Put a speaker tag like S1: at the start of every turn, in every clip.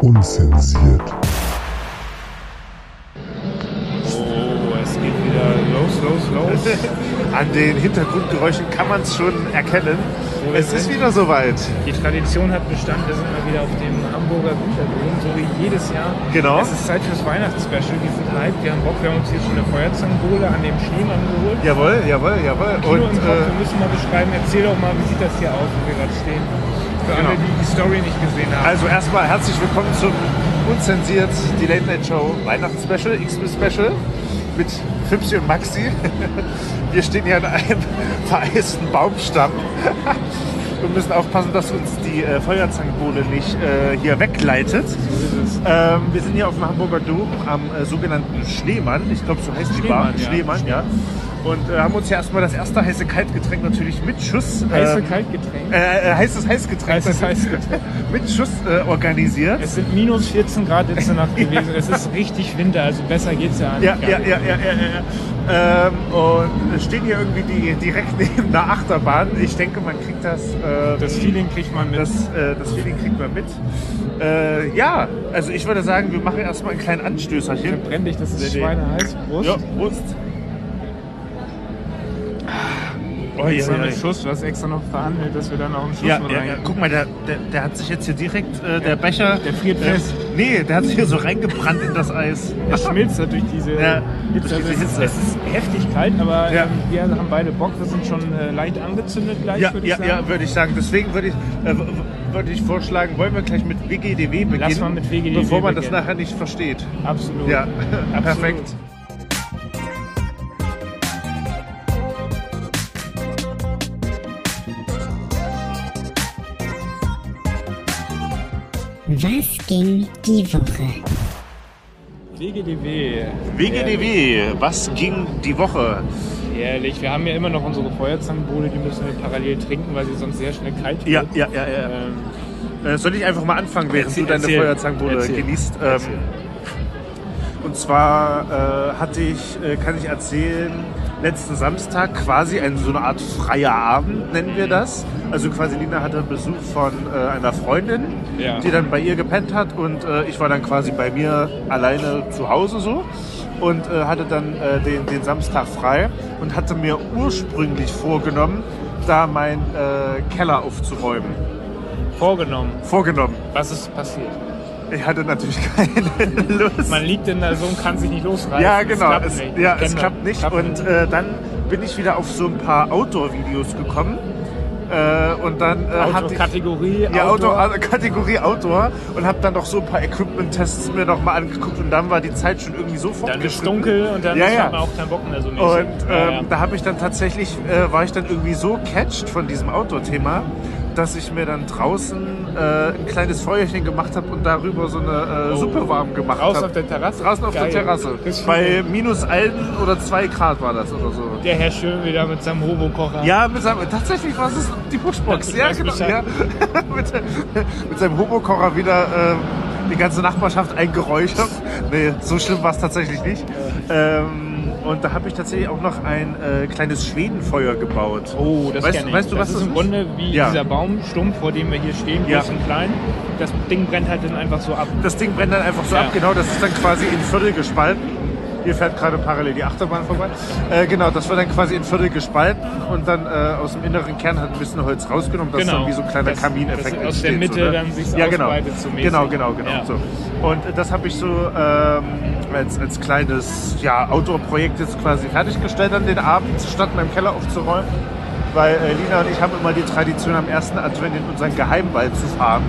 S1: Unzensiert.
S2: Oh, es geht wieder los, los, los.
S3: An den Hintergrundgeräuschen kann man es schon erkennen. Es ist wieder soweit.
S2: Die Tradition hat Bestand. Wir sind mal wieder auf dem Hamburger Wintergrund, so wie jedes Jahr.
S3: Genau.
S2: Es ist Zeit fürs Weihnachtsspecial. Wir sind hyped, wir haben Bock. Wir haben uns hier schon eine Feuerzangenbowle an dem Schneemann geholt.
S3: Jawohl, jawohl, jawohl.
S2: Kino im
S3: Und
S2: Kopf, wir
S3: äh,
S2: müssen mal beschreiben. Erzähl doch mal, wie sieht das hier aus, wo wir gerade stehen. Für alle,
S3: Genau.
S2: die die Story nicht gesehen haben.
S3: also erstmal herzlich willkommen zum Unzensiert, die Late Night Show Weihnachtsspecial, XB-Special mit Fipsi und Maxi. Wir stehen hier an einem vereisten Baumstamm und müssen aufpassen, dass uns die äh, Feuerzangenbowle nicht äh, hier wegleitet. Ähm, wir sind hier auf dem Hamburger Dom am äh, sogenannten Schneemann. Ich glaube, so heißt die Bar.
S2: Schneemann,
S3: Schneemann, ja. Und äh, haben uns hier erstmal das erste heiße Kaltgetränk natürlich mit Schuss.
S2: Heiße
S3: ähm,
S2: Kaltgetränk.
S3: äh, äh, heißes Heißgetränk.
S2: Heißes Heißgetränk.
S3: mit Schuss äh, organisiert.
S2: Es sind minus 14 Grad letzte Nacht gewesen. Es ist richtig Winter, also besser geht's ja
S3: Ja,
S2: eigentlich
S3: ja, ja, ja, ja, ja, ja. Ähm, und es stehen hier irgendwie die, direkt neben der Achterbahn. Ich denke, man kriegt das. ähm,
S2: Das Feeling kriegt man mit.
S3: Das, äh, das Feeling kriegt man mit. Äh, ja, also ich würde sagen, wir machen erstmal einen kleinen Anstößerchen.
S2: Brenn dich, das ist
S3: Nee, nee.
S2: Schweineheiß. Brust.
S3: Ja, Brust. Oh,
S2: Oh,
S3: ja, ja, ja.
S2: mit Schuss, du hast extra noch verhandelt, dass wir dann auch einen Schuss
S3: Ja,
S2: mit
S3: ja, ja,
S2: reingeben.
S3: guck mal, der, der, der hat sich jetzt hier direkt, äh, der Becher.
S2: Der friert
S3: äh,
S2: fest.
S3: Nee, der hat sich hier so reingebrannt in das Eis.
S2: Es schmilzt natürlich diese
S3: Ja,
S2: Hitze.
S3: durch
S2: Also
S3: diese
S2: es, ist,
S3: Hitze.
S2: es ist heftig kalt, aber
S3: Ja.
S2: ähm, wir haben beide Bock. Wir sind schon äh, leicht angezündet gleich,
S3: Ja,
S2: würde ich
S3: ja,
S2: sagen.
S3: ja, würde ich sagen. Deswegen würde ich, äh, w- würde ich vorschlagen, wollen wir gleich mit WGDW beginnen,
S2: Lass mal mit WGDW
S3: bevor man das
S2: beginnen.
S3: nachher nicht versteht.
S2: Absolut.
S3: Ja,
S2: Absolut.
S3: perfekt.
S4: Was ging die Woche?
S2: WGDW.
S3: WGDW, was ging die Woche?
S2: Ehrlich, wir haben ja immer noch unsere Feuerzangenbowle, die müssen wir parallel trinken, weil sie sonst sehr schnell kalt wird.
S3: Ja, ja, ja, ja.
S2: Ähm,
S3: Äh, soll ich einfach mal anfangen, während
S2: Erzähl,
S3: du deine
S2: erzähl,
S3: Feuerzangenbowle
S2: erzähl,
S3: genießt? Ähm, und zwar äh, hatte ich, äh, kann ich erzählen, letzten Samstag quasi ein, so eine Art freier Abend, nennen wir das. Also quasi Lina hatte Besuch von äh, einer Freundin,
S2: Ja.
S3: die dann bei ihr gepennt hat und äh, ich war dann quasi bei mir alleine zu Hause so und äh, hatte dann äh, den, den Samstag frei und hatte mir ursprünglich vorgenommen, da meinen äh, Keller aufzuräumen.
S2: vorgenommen.
S3: Vorgenommen.
S2: Was ist passiert?
S3: Ich hatte natürlich keine Lust.
S2: Man liegt in der Sonne, kann sich nicht losreißen.
S3: ja, genau.
S2: Es klappt
S3: Es,
S2: nicht.
S3: ja,
S2: Ich
S3: es
S2: kenn
S3: klappt
S2: das.
S3: nicht. Und äh, dann bin ich wieder auf so ein paar Outdoor-Videos gekommen. Äh, und dann äh, hatte ich
S2: Outdoor-Kategorie,
S3: ja,
S2: Outdoor-
S3: Outdoor, Kategorie Outdoor und habe dann noch so ein paar Equipment-Tests mir noch mal angeguckt und dann war die Zeit schon irgendwie so
S2: Dann ist
S3: fortgeschritten.
S2: dunkel und dann
S3: ja,
S2: hat
S3: ja.
S2: man auch keinen Bock mehr so mäßig.
S3: Und ähm,
S2: Ja, ja.
S3: da habe ich dann tatsächlich, äh, war ich dann irgendwie so catcht von diesem Outdoor-Thema, dass ich mir dann draußen äh, ein kleines Feuerchen gemacht habe und darüber so eine äh,
S2: Oh.
S3: Suppe warm gemacht habe.
S2: Draußen auf der Terrasse?
S3: Draußen auf
S2: Geil.
S3: der Terrasse.
S2: Das ist
S3: Bei
S2: schön.
S3: minus 1 oder 2 Grad war das oder so.
S2: der Herr Schön wieder mit seinem Hobo-Kocher.
S3: Ja, mit seinem, tatsächlich war es die Buschbox.
S2: Ich
S3: Ja,
S2: weiß
S3: genau.
S2: Bescheid.
S3: Ja. mit, mit seinem Hobokocher wieder äh, die ganze Nachbarschaft eingeräuchert. Nee, so schlimm war es tatsächlich nicht. Ähm, und da habe ich tatsächlich auch noch ein äh, kleines Schwedenfeuer gebaut.
S2: Oh, das
S3: weißt,
S2: kenn ich.
S3: Weißt du,
S2: das
S3: was
S2: ist
S3: das
S2: im Grunde wie
S3: Ja.
S2: dieser Baumstumpf, vor dem wir hier stehen,
S3: Ja.
S2: groß und klein. Das Ding brennt halt dann einfach so ab.
S3: Das Ding brennt dann einfach so
S2: Ja.
S3: ab. Genau, das ist dann quasi in Viertel gespalten. Hier fährt gerade parallel die Achterbahn vorbei. Äh, genau, das wird dann quasi in Viertel gespalten und dann äh, aus dem inneren Kern hat ein bisschen Holz rausgenommen, dass
S2: Genau.
S3: dann wie so ein kleiner
S2: Das-
S3: Kamineffekt
S2: dass
S3: entsteht.
S2: aus der Mitte
S3: so, ne?
S2: dann sich's
S3: ja, genau.
S2: ausbreitet so mäßig.
S3: Genau, genau, genau.
S2: Ja.
S3: So. Und äh, das habe ich so ähm, als, als kleines ja, Outdoor-Projekt jetzt quasi fertiggestellt an den Abend, statt meinem Keller aufzuräumen. Weil äh, Lina und ich haben immer die Tradition, am ersten Advent in unseren Geheimwald zu fahren.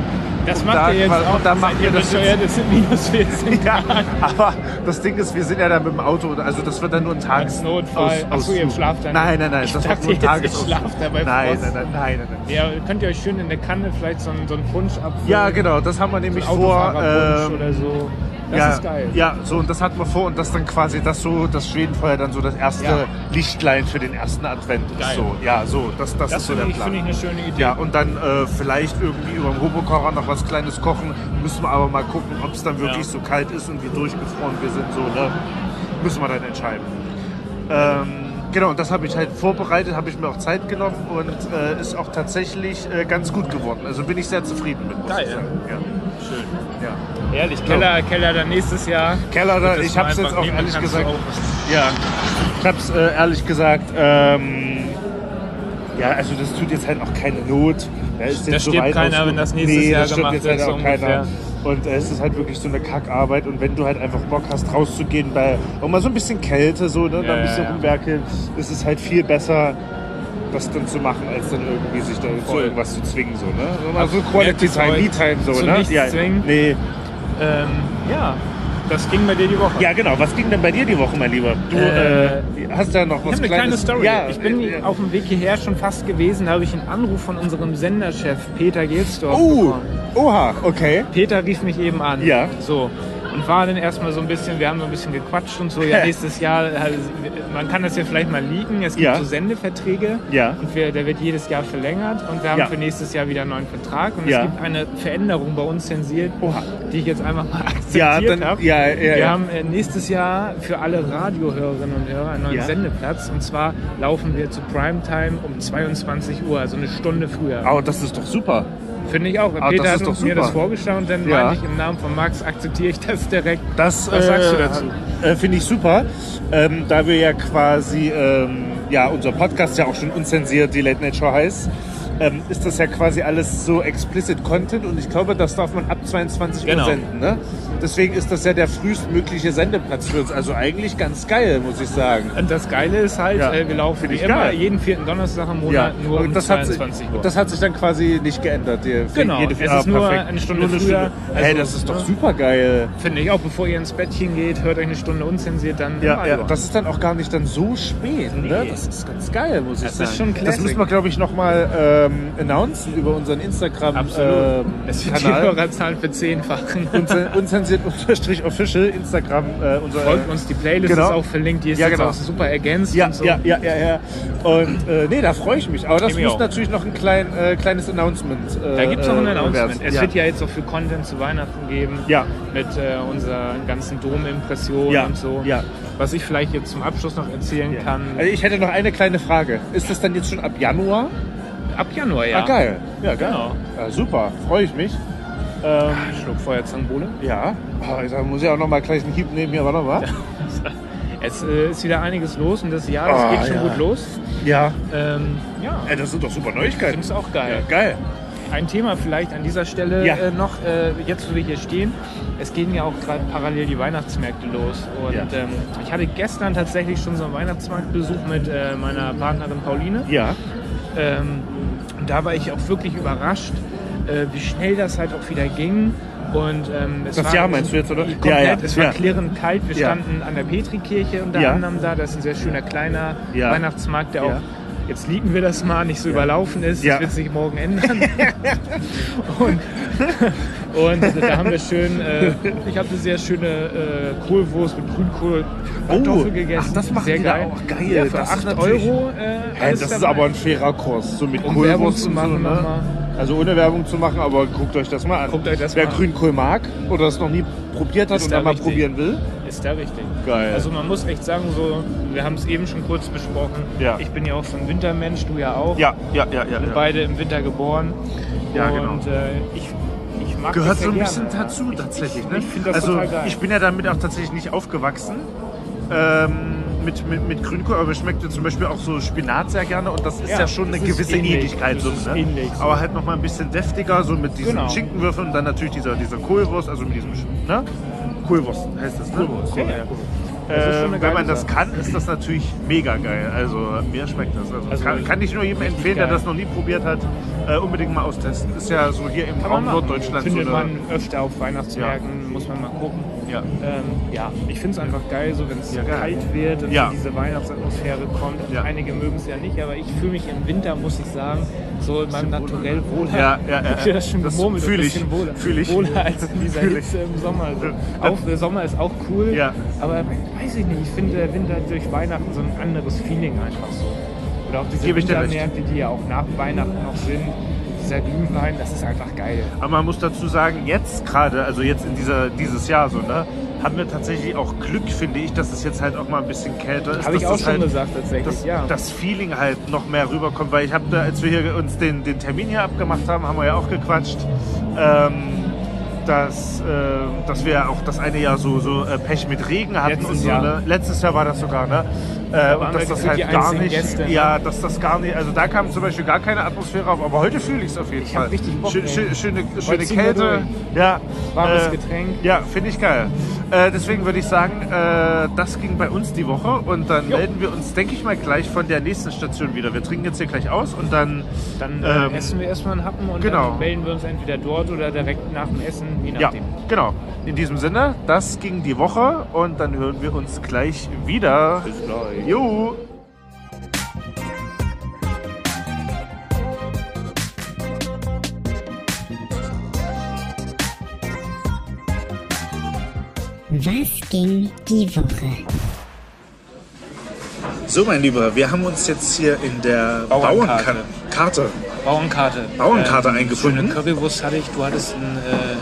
S2: Das
S3: Und
S2: macht
S3: da-
S2: ihr jetzt auch.
S3: Und dann
S2: Seid
S3: machen
S2: ihr
S3: wir das jetzt.
S2: bescheuert, es sind minus 14
S3: Ja,
S2: Grad.
S3: aber das Ding ist, wir sind ja da mit dem Auto. Also das wird dann nur ein Tages.
S2: Als Notfall. Ach so, ihr
S3: Ausflug.
S2: schlaft dann.
S3: Nein, nein, nein.
S2: Ich
S3: das
S2: dachte
S3: wird nur ein
S2: jetzt, ihr
S3: Tagesausflug.
S2: schlaft dabei
S3: nein,
S2: Frost.
S3: nein, nein, nein, nein, nein.
S2: Ja, könnt ihr euch schön in der Kanne vielleicht so einen, so einen Punsch abfüllen.
S3: Ja, genau. Das haben wir nämlich vor.
S2: Autofahrerpunsch
S3: ähm,
S2: oder so. Das
S3: ja,
S2: ist geil.
S3: ja, so und das hatten wir vor und das dann quasi das so das Schwedenfeuer dann so das erste
S2: Ja.
S3: Lichtlein für den ersten Advent ist.
S2: Geil.
S3: So, ja, so das das,
S2: das
S3: ist so
S2: finde
S3: der
S2: ich,
S3: Plan.
S2: finde ich eine schöne Idee.
S3: Ja, und dann äh, vielleicht irgendwie über dem Robokocher noch was Kleines kochen. Müssen wir aber mal gucken, ob es dann wirklich
S2: Ja.
S3: so kalt ist und wie durchgefroren wir sind. So, ne? Müssen wir dann entscheiden. Ähm, genau, und das habe ich halt vorbereitet, habe ich mir auch Zeit genommen und äh, ist auch tatsächlich äh, ganz gut geworden. Also bin ich sehr zufrieden mit. Muss Ich
S2: Geil.
S3: sagen. Ja.
S2: Schön.
S3: Ja.
S2: Ehrlich, Keller, Keller dann nächstes Jahr.
S3: Keller, da,
S2: Das
S3: ich habe es
S2: mal
S3: jetzt
S2: einfach
S3: auch
S2: nehmen,
S3: ehrlich
S2: kannst du
S3: gesagt.
S2: auch-
S3: Ja, ich hab's äh, ehrlich gesagt. Ähm, ja, also das tut jetzt halt auch keine Not. Da ist jetzt
S2: Da
S3: so
S2: stirbt
S3: weit
S2: keiner,
S3: ausge-
S2: wenn das nächstes
S3: nee,
S2: Jahr
S3: das stirbt
S2: gemacht
S3: jetzt
S2: wird,
S3: halt
S2: so
S3: auch keiner.
S2: ungefähr.
S3: Und äh, es ist halt wirklich so eine Kackarbeit. Und wenn du halt einfach Bock hast, rauszugehen, bei auch mal so ein bisschen Kälte, so, ne, da
S2: Ja,
S3: ein bisschen
S2: ja, ja.
S3: rumwerkeln, ist es halt viel besser, das dann zu machen, als dann irgendwie sich da zu
S2: Voll.
S3: irgendwas zu zwingen, so, ne? So mal so
S2: Absolut.
S3: Quality
S2: Merkt
S3: Time,
S2: euch,
S3: Me Time, so,
S2: zu
S3: ne?
S2: nichts
S3: ja,
S2: zwingen.
S3: nee.
S2: Ähm, ja, das ging bei dir die Woche.
S3: Ja, genau. Was ging denn bei dir die Woche, mein Lieber? Du äh,
S2: Äh,
S3: hast ja noch
S2: Ich
S3: was
S2: habe eine kleine
S3: Kleines.
S2: Story.
S3: Ja,
S2: ich bin
S3: äh,
S2: auf dem Weg hierher schon fast gewesen, da habe ich einen Anruf von unserem Senderchef Peter Gelsdorf
S3: Oh,
S2: bekommen.
S3: oha, okay.
S2: Peter rief mich eben an.
S3: Ja.
S2: So. Und war dann erstmal so ein bisschen, wir haben so ein bisschen gequatscht und so, ja, nächstes Jahr, also, man kann das ja vielleicht mal leaken, es gibt
S3: Ja.
S2: so Sendeverträge
S3: Ja.
S2: und wir, der wird jedes Jahr verlängert und wir haben
S3: Ja.
S2: für nächstes Jahr wieder einen neuen Vertrag und
S3: Ja. Oh.
S2: es gibt eine Veränderung bei uns zensiert,
S3: Oha.
S2: die ich jetzt einfach mal akzeptiert
S3: Ja, dann, ja,
S2: habe.
S3: ja, ja.
S2: Wir haben äh, nächstes Jahr für alle Radiohörerinnen und Hörer einen neuen
S3: Ja.
S2: Sendeplatz. Und zwar laufen wir zu Primetime um 22 Uhr, also eine Stunde früher.
S3: Oh, das ist doch super.
S2: Finde ich auch.
S3: Ah,
S2: Peter
S3: das
S2: hat
S3: ist doch
S2: mir
S3: super.
S2: das vorgeschlagen und dann
S3: Ja.
S2: meinte ich im Namen von Max, akzeptiere ich das direkt.
S3: Das,
S2: Was
S3: äh,
S2: sagst du dazu?
S3: Äh, Finde ich super, ähm, da wir ja quasi, ähm, ja, unser Podcast ja auch schon unzensiert die Late Night Show heißt. Ähm, ist das ja quasi alles so explicit Content und ich glaube, das darf man ab 22
S2: Genau.
S3: Uhr senden. Ne? Deswegen ist das ja der frühestmögliche Sendeplatz für uns. Also eigentlich ganz geil, muss ich sagen.
S2: Und das Geile ist halt,
S3: Ja.
S2: äh, wir laufen
S3: Finde
S2: wie
S3: ich
S2: immer
S3: geil.
S2: jeden vierten Donnerstag im Monat nur
S3: und
S2: um
S3: das hat sich-
S2: 22 Uhr.
S3: Das hat sich dann quasi nicht geändert. Die, für
S2: Genau,
S3: jede, Ah,
S2: es ist nur eine Stunde früher.
S3: hey,
S2: Also,
S3: das ist doch
S2: ne?
S3: super geil.
S2: Finde ich auch, bevor ihr ins Bettchen geht, hört euch eine Stunde unzensiert dann. im
S3: Ja, ja,
S2: Radio an.
S3: das ist dann auch gar nicht dann so spät. Ne?
S2: Nee.
S3: Das ist ganz geil, muss ich
S2: Das ist
S3: sagen.
S2: schon
S3: das
S2: classic.
S3: müssen wir, glaube ich, nochmal ähm, announcen über unseren Instagram-Kanal.
S2: Absolut.
S3: Ähm,
S2: das wird die
S3: Kanal.
S2: Hörerzahlen verzehnfachen.
S3: Unzen- Unzensiert unterstrich official Instagram. Äh, unser,
S2: Folgt uns, die Playlist
S3: Genau.
S2: ist auch verlinkt, die ist
S3: Ja,
S2: jetzt
S3: genau.
S2: auch super ergänzt
S3: Ja,
S2: und so.
S3: ja, ja, ja, ja. Und äh, nee, da freue ich mich. Aber das
S2: Ich mich
S3: muss
S2: auch.
S3: natürlich noch ein klein, äh, kleines Announcement. Äh,
S2: Da gibt es noch ein
S3: äh,
S2: Announcement.
S3: werden.
S2: Es
S3: ja.
S2: wird ja jetzt auch für Content zu Weihnachten geben.
S3: Ja.
S2: Mit äh, unseren ganzen Domimpressionen
S3: Ja,
S2: und so.
S3: ja.
S2: Was ich vielleicht jetzt zum Abschluss noch erzählen
S3: Ja.
S2: kann.
S3: Also ich hätte noch eine kleine Frage. Ist das dann jetzt schon ab Januar?
S2: Ab Januar, ja.
S3: Ah, geil. Ja, geil.
S2: Genau.
S3: Ja, super, freue ich mich. Ähm,
S2: Schluck Feuerzangenbowle.
S3: ja, oh, da muss ich auch noch mal gleich einen Hieb nehmen hier, warte mal.
S2: Es äh, ist wieder einiges los und das Jahr das
S3: Ah,
S2: geht schon
S3: ja.
S2: gut los.
S3: Ja,
S2: Ähm, ja,
S3: Ey, das sind doch super
S2: ich
S3: Neuigkeiten.
S2: finde es auch
S3: Ja,
S2: geil.
S3: geil.
S2: Ein Thema vielleicht an dieser Stelle
S3: Ja.
S2: äh, noch, äh, jetzt wo wir hier stehen. Es gehen ja auch gerade parallel die Weihnachtsmärkte los. Und
S3: Ja.
S2: ähm, ich hatte gestern tatsächlich schon so einen Weihnachtsmarktbesuch mit äh, meiner Partnerin Pauline.
S3: Ja,
S2: Ähm, und da war ich auch wirklich überrascht, äh, wie schnell das halt auch wieder ging. Und, ähm, es
S3: Das
S2: war,
S3: Jahr meinst du jetzt, oder?
S2: Komplett,
S3: Ja, ja,
S2: es war
S3: ja.
S2: klirrend kalt. Wir
S3: Ja.
S2: standen an der Petrikirche unter
S3: Ja.
S2: anderem da. Das ist ein sehr schöner kleiner
S3: Ja.
S2: Weihnachtsmarkt, der auch,
S3: Ja.
S2: jetzt liegen wir das mal, nicht so überlaufen ist.
S3: Ja.
S2: Das wird sich morgen ändern. und und also da haben wir schön, äh, ich habe eine sehr schöne äh, Kohlwurst mit Grünkohl Kartoffel
S3: Oh, ach,
S2: gegessen.
S3: das machen
S2: sehr
S3: die da
S2: geil.
S3: auch. Geil,
S2: Ja, für
S3: das ist
S2: 8
S3: natürlich-
S2: Euro. Äh,
S3: Ey,
S2: alles
S3: das ist
S2: dabei.
S3: aber ein fairer Kurs, so mit
S2: Um Werbung
S3: Kohlwurst
S2: zu
S3: und so,
S2: machen noch
S3: ne?
S2: mal.
S3: Also ohne Werbung zu machen, aber guckt euch das mal an.
S2: Guckt euch das
S3: Wer
S2: mal an.
S3: Grünkohl mag oder es noch nie probiert hat
S2: Ist
S3: und
S2: da
S3: dann mal
S2: richtig.
S3: probieren will,
S2: Ist da richtig.
S3: Geil.
S2: Also man muss echt sagen, so, wir haben es eben schon kurz besprochen.
S3: Ja.
S2: Ich bin ja auch so ein Wintermensch, du ja auch.
S3: Ja, ja, ja, ja.
S2: Wir sind
S3: ja.
S2: beide im Winter geboren.
S3: Ja, genau.
S2: Und äh, ich, ich mag
S3: Gehört
S2: das
S3: so
S2: ja
S3: ein
S2: gerne,
S3: bisschen
S2: ja.
S3: dazu tatsächlich.
S2: Ich,
S3: Ne?
S2: ich finde das
S3: also
S2: total geil.
S3: ich bin ja damit auch tatsächlich nicht aufgewachsen ähm, mit, mit, mit Grünkohl, aber mir schmeckt ja zum Beispiel auch so Spinat sehr gerne und das ist ja,
S2: Ja,
S3: schon eine
S2: das ist
S3: gewisse
S2: ähnlich.
S3: Ähnlichkeit.
S2: Das
S3: So,
S2: ist
S3: ne?
S2: ähnlich, so.
S3: Aber halt nochmal ein bisschen deftiger, so mit diesen
S2: Genau.
S3: Schinkenwürfeln und dann natürlich dieser, dieser Kohlwurst, also mit diesem ne? Kohlwurst heißt das, ne?
S2: Kohlwurst, ja, ja.
S3: Das ist schon
S1: Ähm,
S3: eine
S1: wenn
S3: geile
S1: man das
S3: Sache. kann, ist das natürlich mega geil. Also mir schmeckt das. Also,
S1: Also,
S3: kann, kann ich nur jedem
S1: richtig
S3: empfehlen, der
S1: geil.
S3: das noch nie probiert hat, äh, unbedingt mal austesten. Ist ja so hier im
S1: Kann man
S3: Raum
S1: machen.
S3: Norddeutschland so
S1: Findet
S3: eine,
S1: man öfter auf Weihnachtsmärkten, muss man mal gucken.
S3: Ja.
S1: Ähm, ja, ich finde es einfach geil, so wenn es
S3: Ja, geil.
S1: kalt wird und
S3: Ja.
S1: so diese Weihnachtsatmosphäre kommt.
S3: Ja.
S1: Einige mögen es ja nicht, aber ich fühle mich im Winter, muss ich sagen, so in meinem Naturell wohler.
S3: Ja, ja, ja,
S1: Ich fühle das schon
S3: das
S1: gemurmelt, ein
S3: fühl ich,
S1: bisschen wohler.
S3: fühl ich.
S1: Wohler als in dieser
S3: Fühl ich.
S1: Hitze im Sommer. Also
S3: Ja.
S1: auch, der Sommer ist auch cool,
S3: Ja.
S1: aber weiß ich nicht, ich finde der Winter durch Weihnachten so ein anderes Feeling einfach so. Oder auch diese
S3: Gebe ich dir recht.
S1: Wintermärkte, die ja auch nach Weihnachten noch sind. Dieser Glühwein, das ist einfach geil.
S3: Aber man muss dazu sagen, jetzt gerade, also jetzt in dieser, dieses Jahr so, ne, haben wir tatsächlich auch Glück, finde ich, dass es jetzt halt auch mal ein bisschen kälter ist.
S1: Habe ich
S3: dass
S1: auch
S3: es
S1: schon
S3: halt,
S1: gesagt tatsächlich,
S3: Dass
S1: ja.
S3: das Feeling halt noch mehr rüberkommt, weil ich habe da, als wir hier uns den, den Termin hier abgemacht haben, haben wir ja auch gequatscht, ähm, dass, äh, dass wir ja auch das eine Jahr so, so äh, Pech mit Regen hatten
S1: Letztes
S3: und so.
S1: Jahr.
S3: Ne? Letztes Jahr war das sogar, ne? Äh,
S1: waren
S3: und
S1: wir
S3: dass das
S1: gefühlt die
S3: halt gar
S1: einzigen
S3: nicht,
S1: Gäste, ne?
S3: ja, dass das gar nicht, also da kam zum Beispiel gar keine Atmosphäre auf, aber heute fühle ich es auf jeden
S1: Ich hab
S3: Fall.
S1: richtig Bock,
S3: schön,
S1: ey.
S3: schön, schöne, schöne
S1: ziehen wir
S3: Kälte. Ja, äh,
S1: Warmes Getränk.
S3: Ja, finde ich geil. Äh, deswegen würde ich sagen, äh, das ging bei uns die Woche und dann
S1: Jo.
S3: melden wir uns, denke ich mal, gleich von der nächsten Station wieder. Wir trinken jetzt hier gleich aus und dann,
S1: Dann äh,
S3: ähm,
S1: essen wir erstmal einen Happen und
S3: genau.
S1: dann melden wir uns entweder dort oder direkt nach dem Essen, je
S3: ja,
S1: nachdem.
S3: genau. In diesem Sinne, das ging die Woche und dann hören wir uns gleich wieder.
S1: Bis gleich.
S3: Jo.
S4: Was ging die Woche?
S3: So, mein Lieber, wir haben uns jetzt hier in der
S2: Bauernkarte.
S3: Karte
S2: Bauernkarte.
S3: Bauernkarte eingefunden.
S2: Schöne Currywurst hatte ich. Du hattest ein. Äh,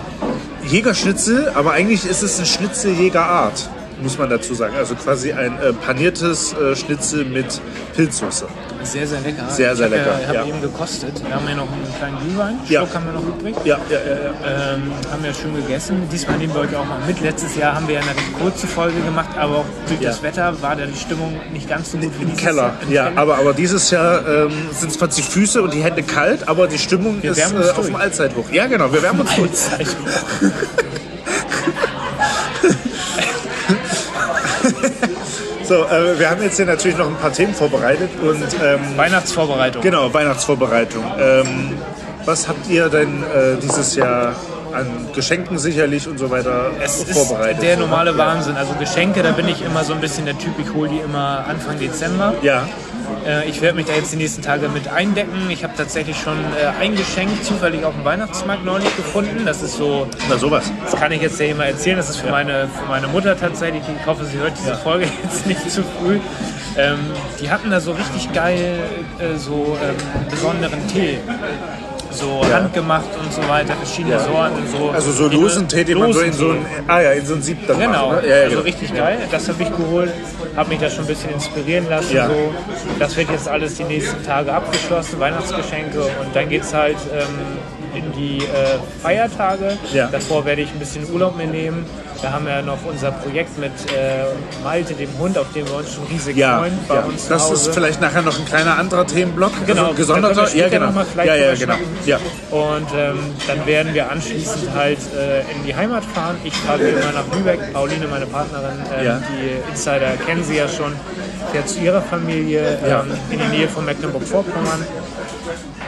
S3: Jägerschnitzel, aber eigentlich ist es ein Schnitzel Jägerart, muss man dazu sagen. Also quasi ein äh, paniertes äh, Schnitzel mit Pilzsoße.
S2: sehr, sehr lecker.
S3: Sehr, sehr
S2: ich hab
S3: lecker,
S2: Ja, ich
S3: ja.
S2: habe eben gekostet. Wir haben ja noch einen kleinen Glühwein.
S3: Ja.
S2: Schluck haben wir noch übrig.
S3: Ja, ja, ja, ja.
S2: Ähm, haben wir schön gegessen. Diesmal nehmen wir euch auch mal mit. Letztes Jahr haben wir ja eine recht kurze Folge gemacht, aber auch durch
S3: Ja.
S2: das Wetter war da die Stimmung nicht ganz so gut wie
S3: Im
S2: dieses
S3: Keller,
S2: Jahr. Im
S3: ja.
S2: Keller.
S3: Aber, aber dieses Jahr ähm, sind es zwar die Füße und die Hände kalt, aber die Stimmung ist
S2: wärmen
S3: äh,
S2: uns
S3: auf dem
S2: durch.
S3: Allzeithoch. Ja, genau, wir wärmen uns durch. So, äh, wir haben jetzt hier natürlich noch ein paar Themen vorbereitet und ähm,
S2: Weihnachtsvorbereitung.
S3: genau, Weihnachtsvorbereitung. Ähm, was habt ihr denn äh, dieses Jahr an Geschenken sicherlich und so weiter
S2: Es ist
S3: vorbereitet?
S2: der normale Wahnsinn. Also Geschenke, da bin ich immer so ein bisschen der Typ, ich hole die immer Anfang Dezember.
S3: Ja.
S2: Äh, ich werde mich da jetzt die nächsten Tage mit eindecken. Ich habe tatsächlich schon äh, ein Geschenk zufällig auf dem Weihnachtsmarkt neulich gefunden. Das ist so,
S3: Na sowas.
S2: das kann ich jetzt ja immer erzählen. Das ist für, meine, für meine Mutter tatsächlich. Ich hoffe, sie hört diese Folge jetzt nicht zu früh. Ähm, die hatten da so richtig geil äh, so ähm, besonderen Tee. So
S3: Ja.
S2: handgemacht und so weiter, verschiedene
S3: Ja.
S2: Sorten. So
S3: Also so losen Tee, den man so in so
S2: Losentee.
S3: ein, ah ja, in so ein Sieb dann
S2: Genau,
S3: macht. ne? Ja, ja,
S2: also
S3: genau.
S2: richtig geil. Das habe ich geholt, habe mich da schon ein bisschen inspirieren lassen.
S3: Ja.
S2: So. Das wird jetzt alles die nächsten Tage abgeschlossen, Weihnachtsgeschenke und dann geht es halt ähm, in die äh, Feiertage.
S3: Ja.
S2: Davor werde ich ein bisschen Urlaub mir nehmen. Da haben wir noch unser Projekt mit äh, Malte, dem Hund, auf dem wir uns schon riesig
S3: Ja,
S2: freuen. Bei
S3: ja.
S2: uns zu
S3: das
S2: Hause.
S3: ist vielleicht nachher noch ein kleiner anderer Themenblock.
S2: Genau,
S3: also
S2: da
S3: gesonderter.
S2: können wir
S3: Ja,
S2: später
S3: genau.
S2: noch mal vielleicht
S3: ja, ja,
S2: drüber
S3: genau. Ja.
S2: Und ähm, dann werden wir anschließend halt äh, in die Heimat fahren. Ich fahre wie immer nach Lübeck. Pauline, meine Partnerin, ähm,
S3: Ja.
S2: die Insider kennen sie ja schon, fährt zu ihrer Familie
S3: Ja.
S2: ähm, in die Nähe von Mecklenburg-Vorpommern.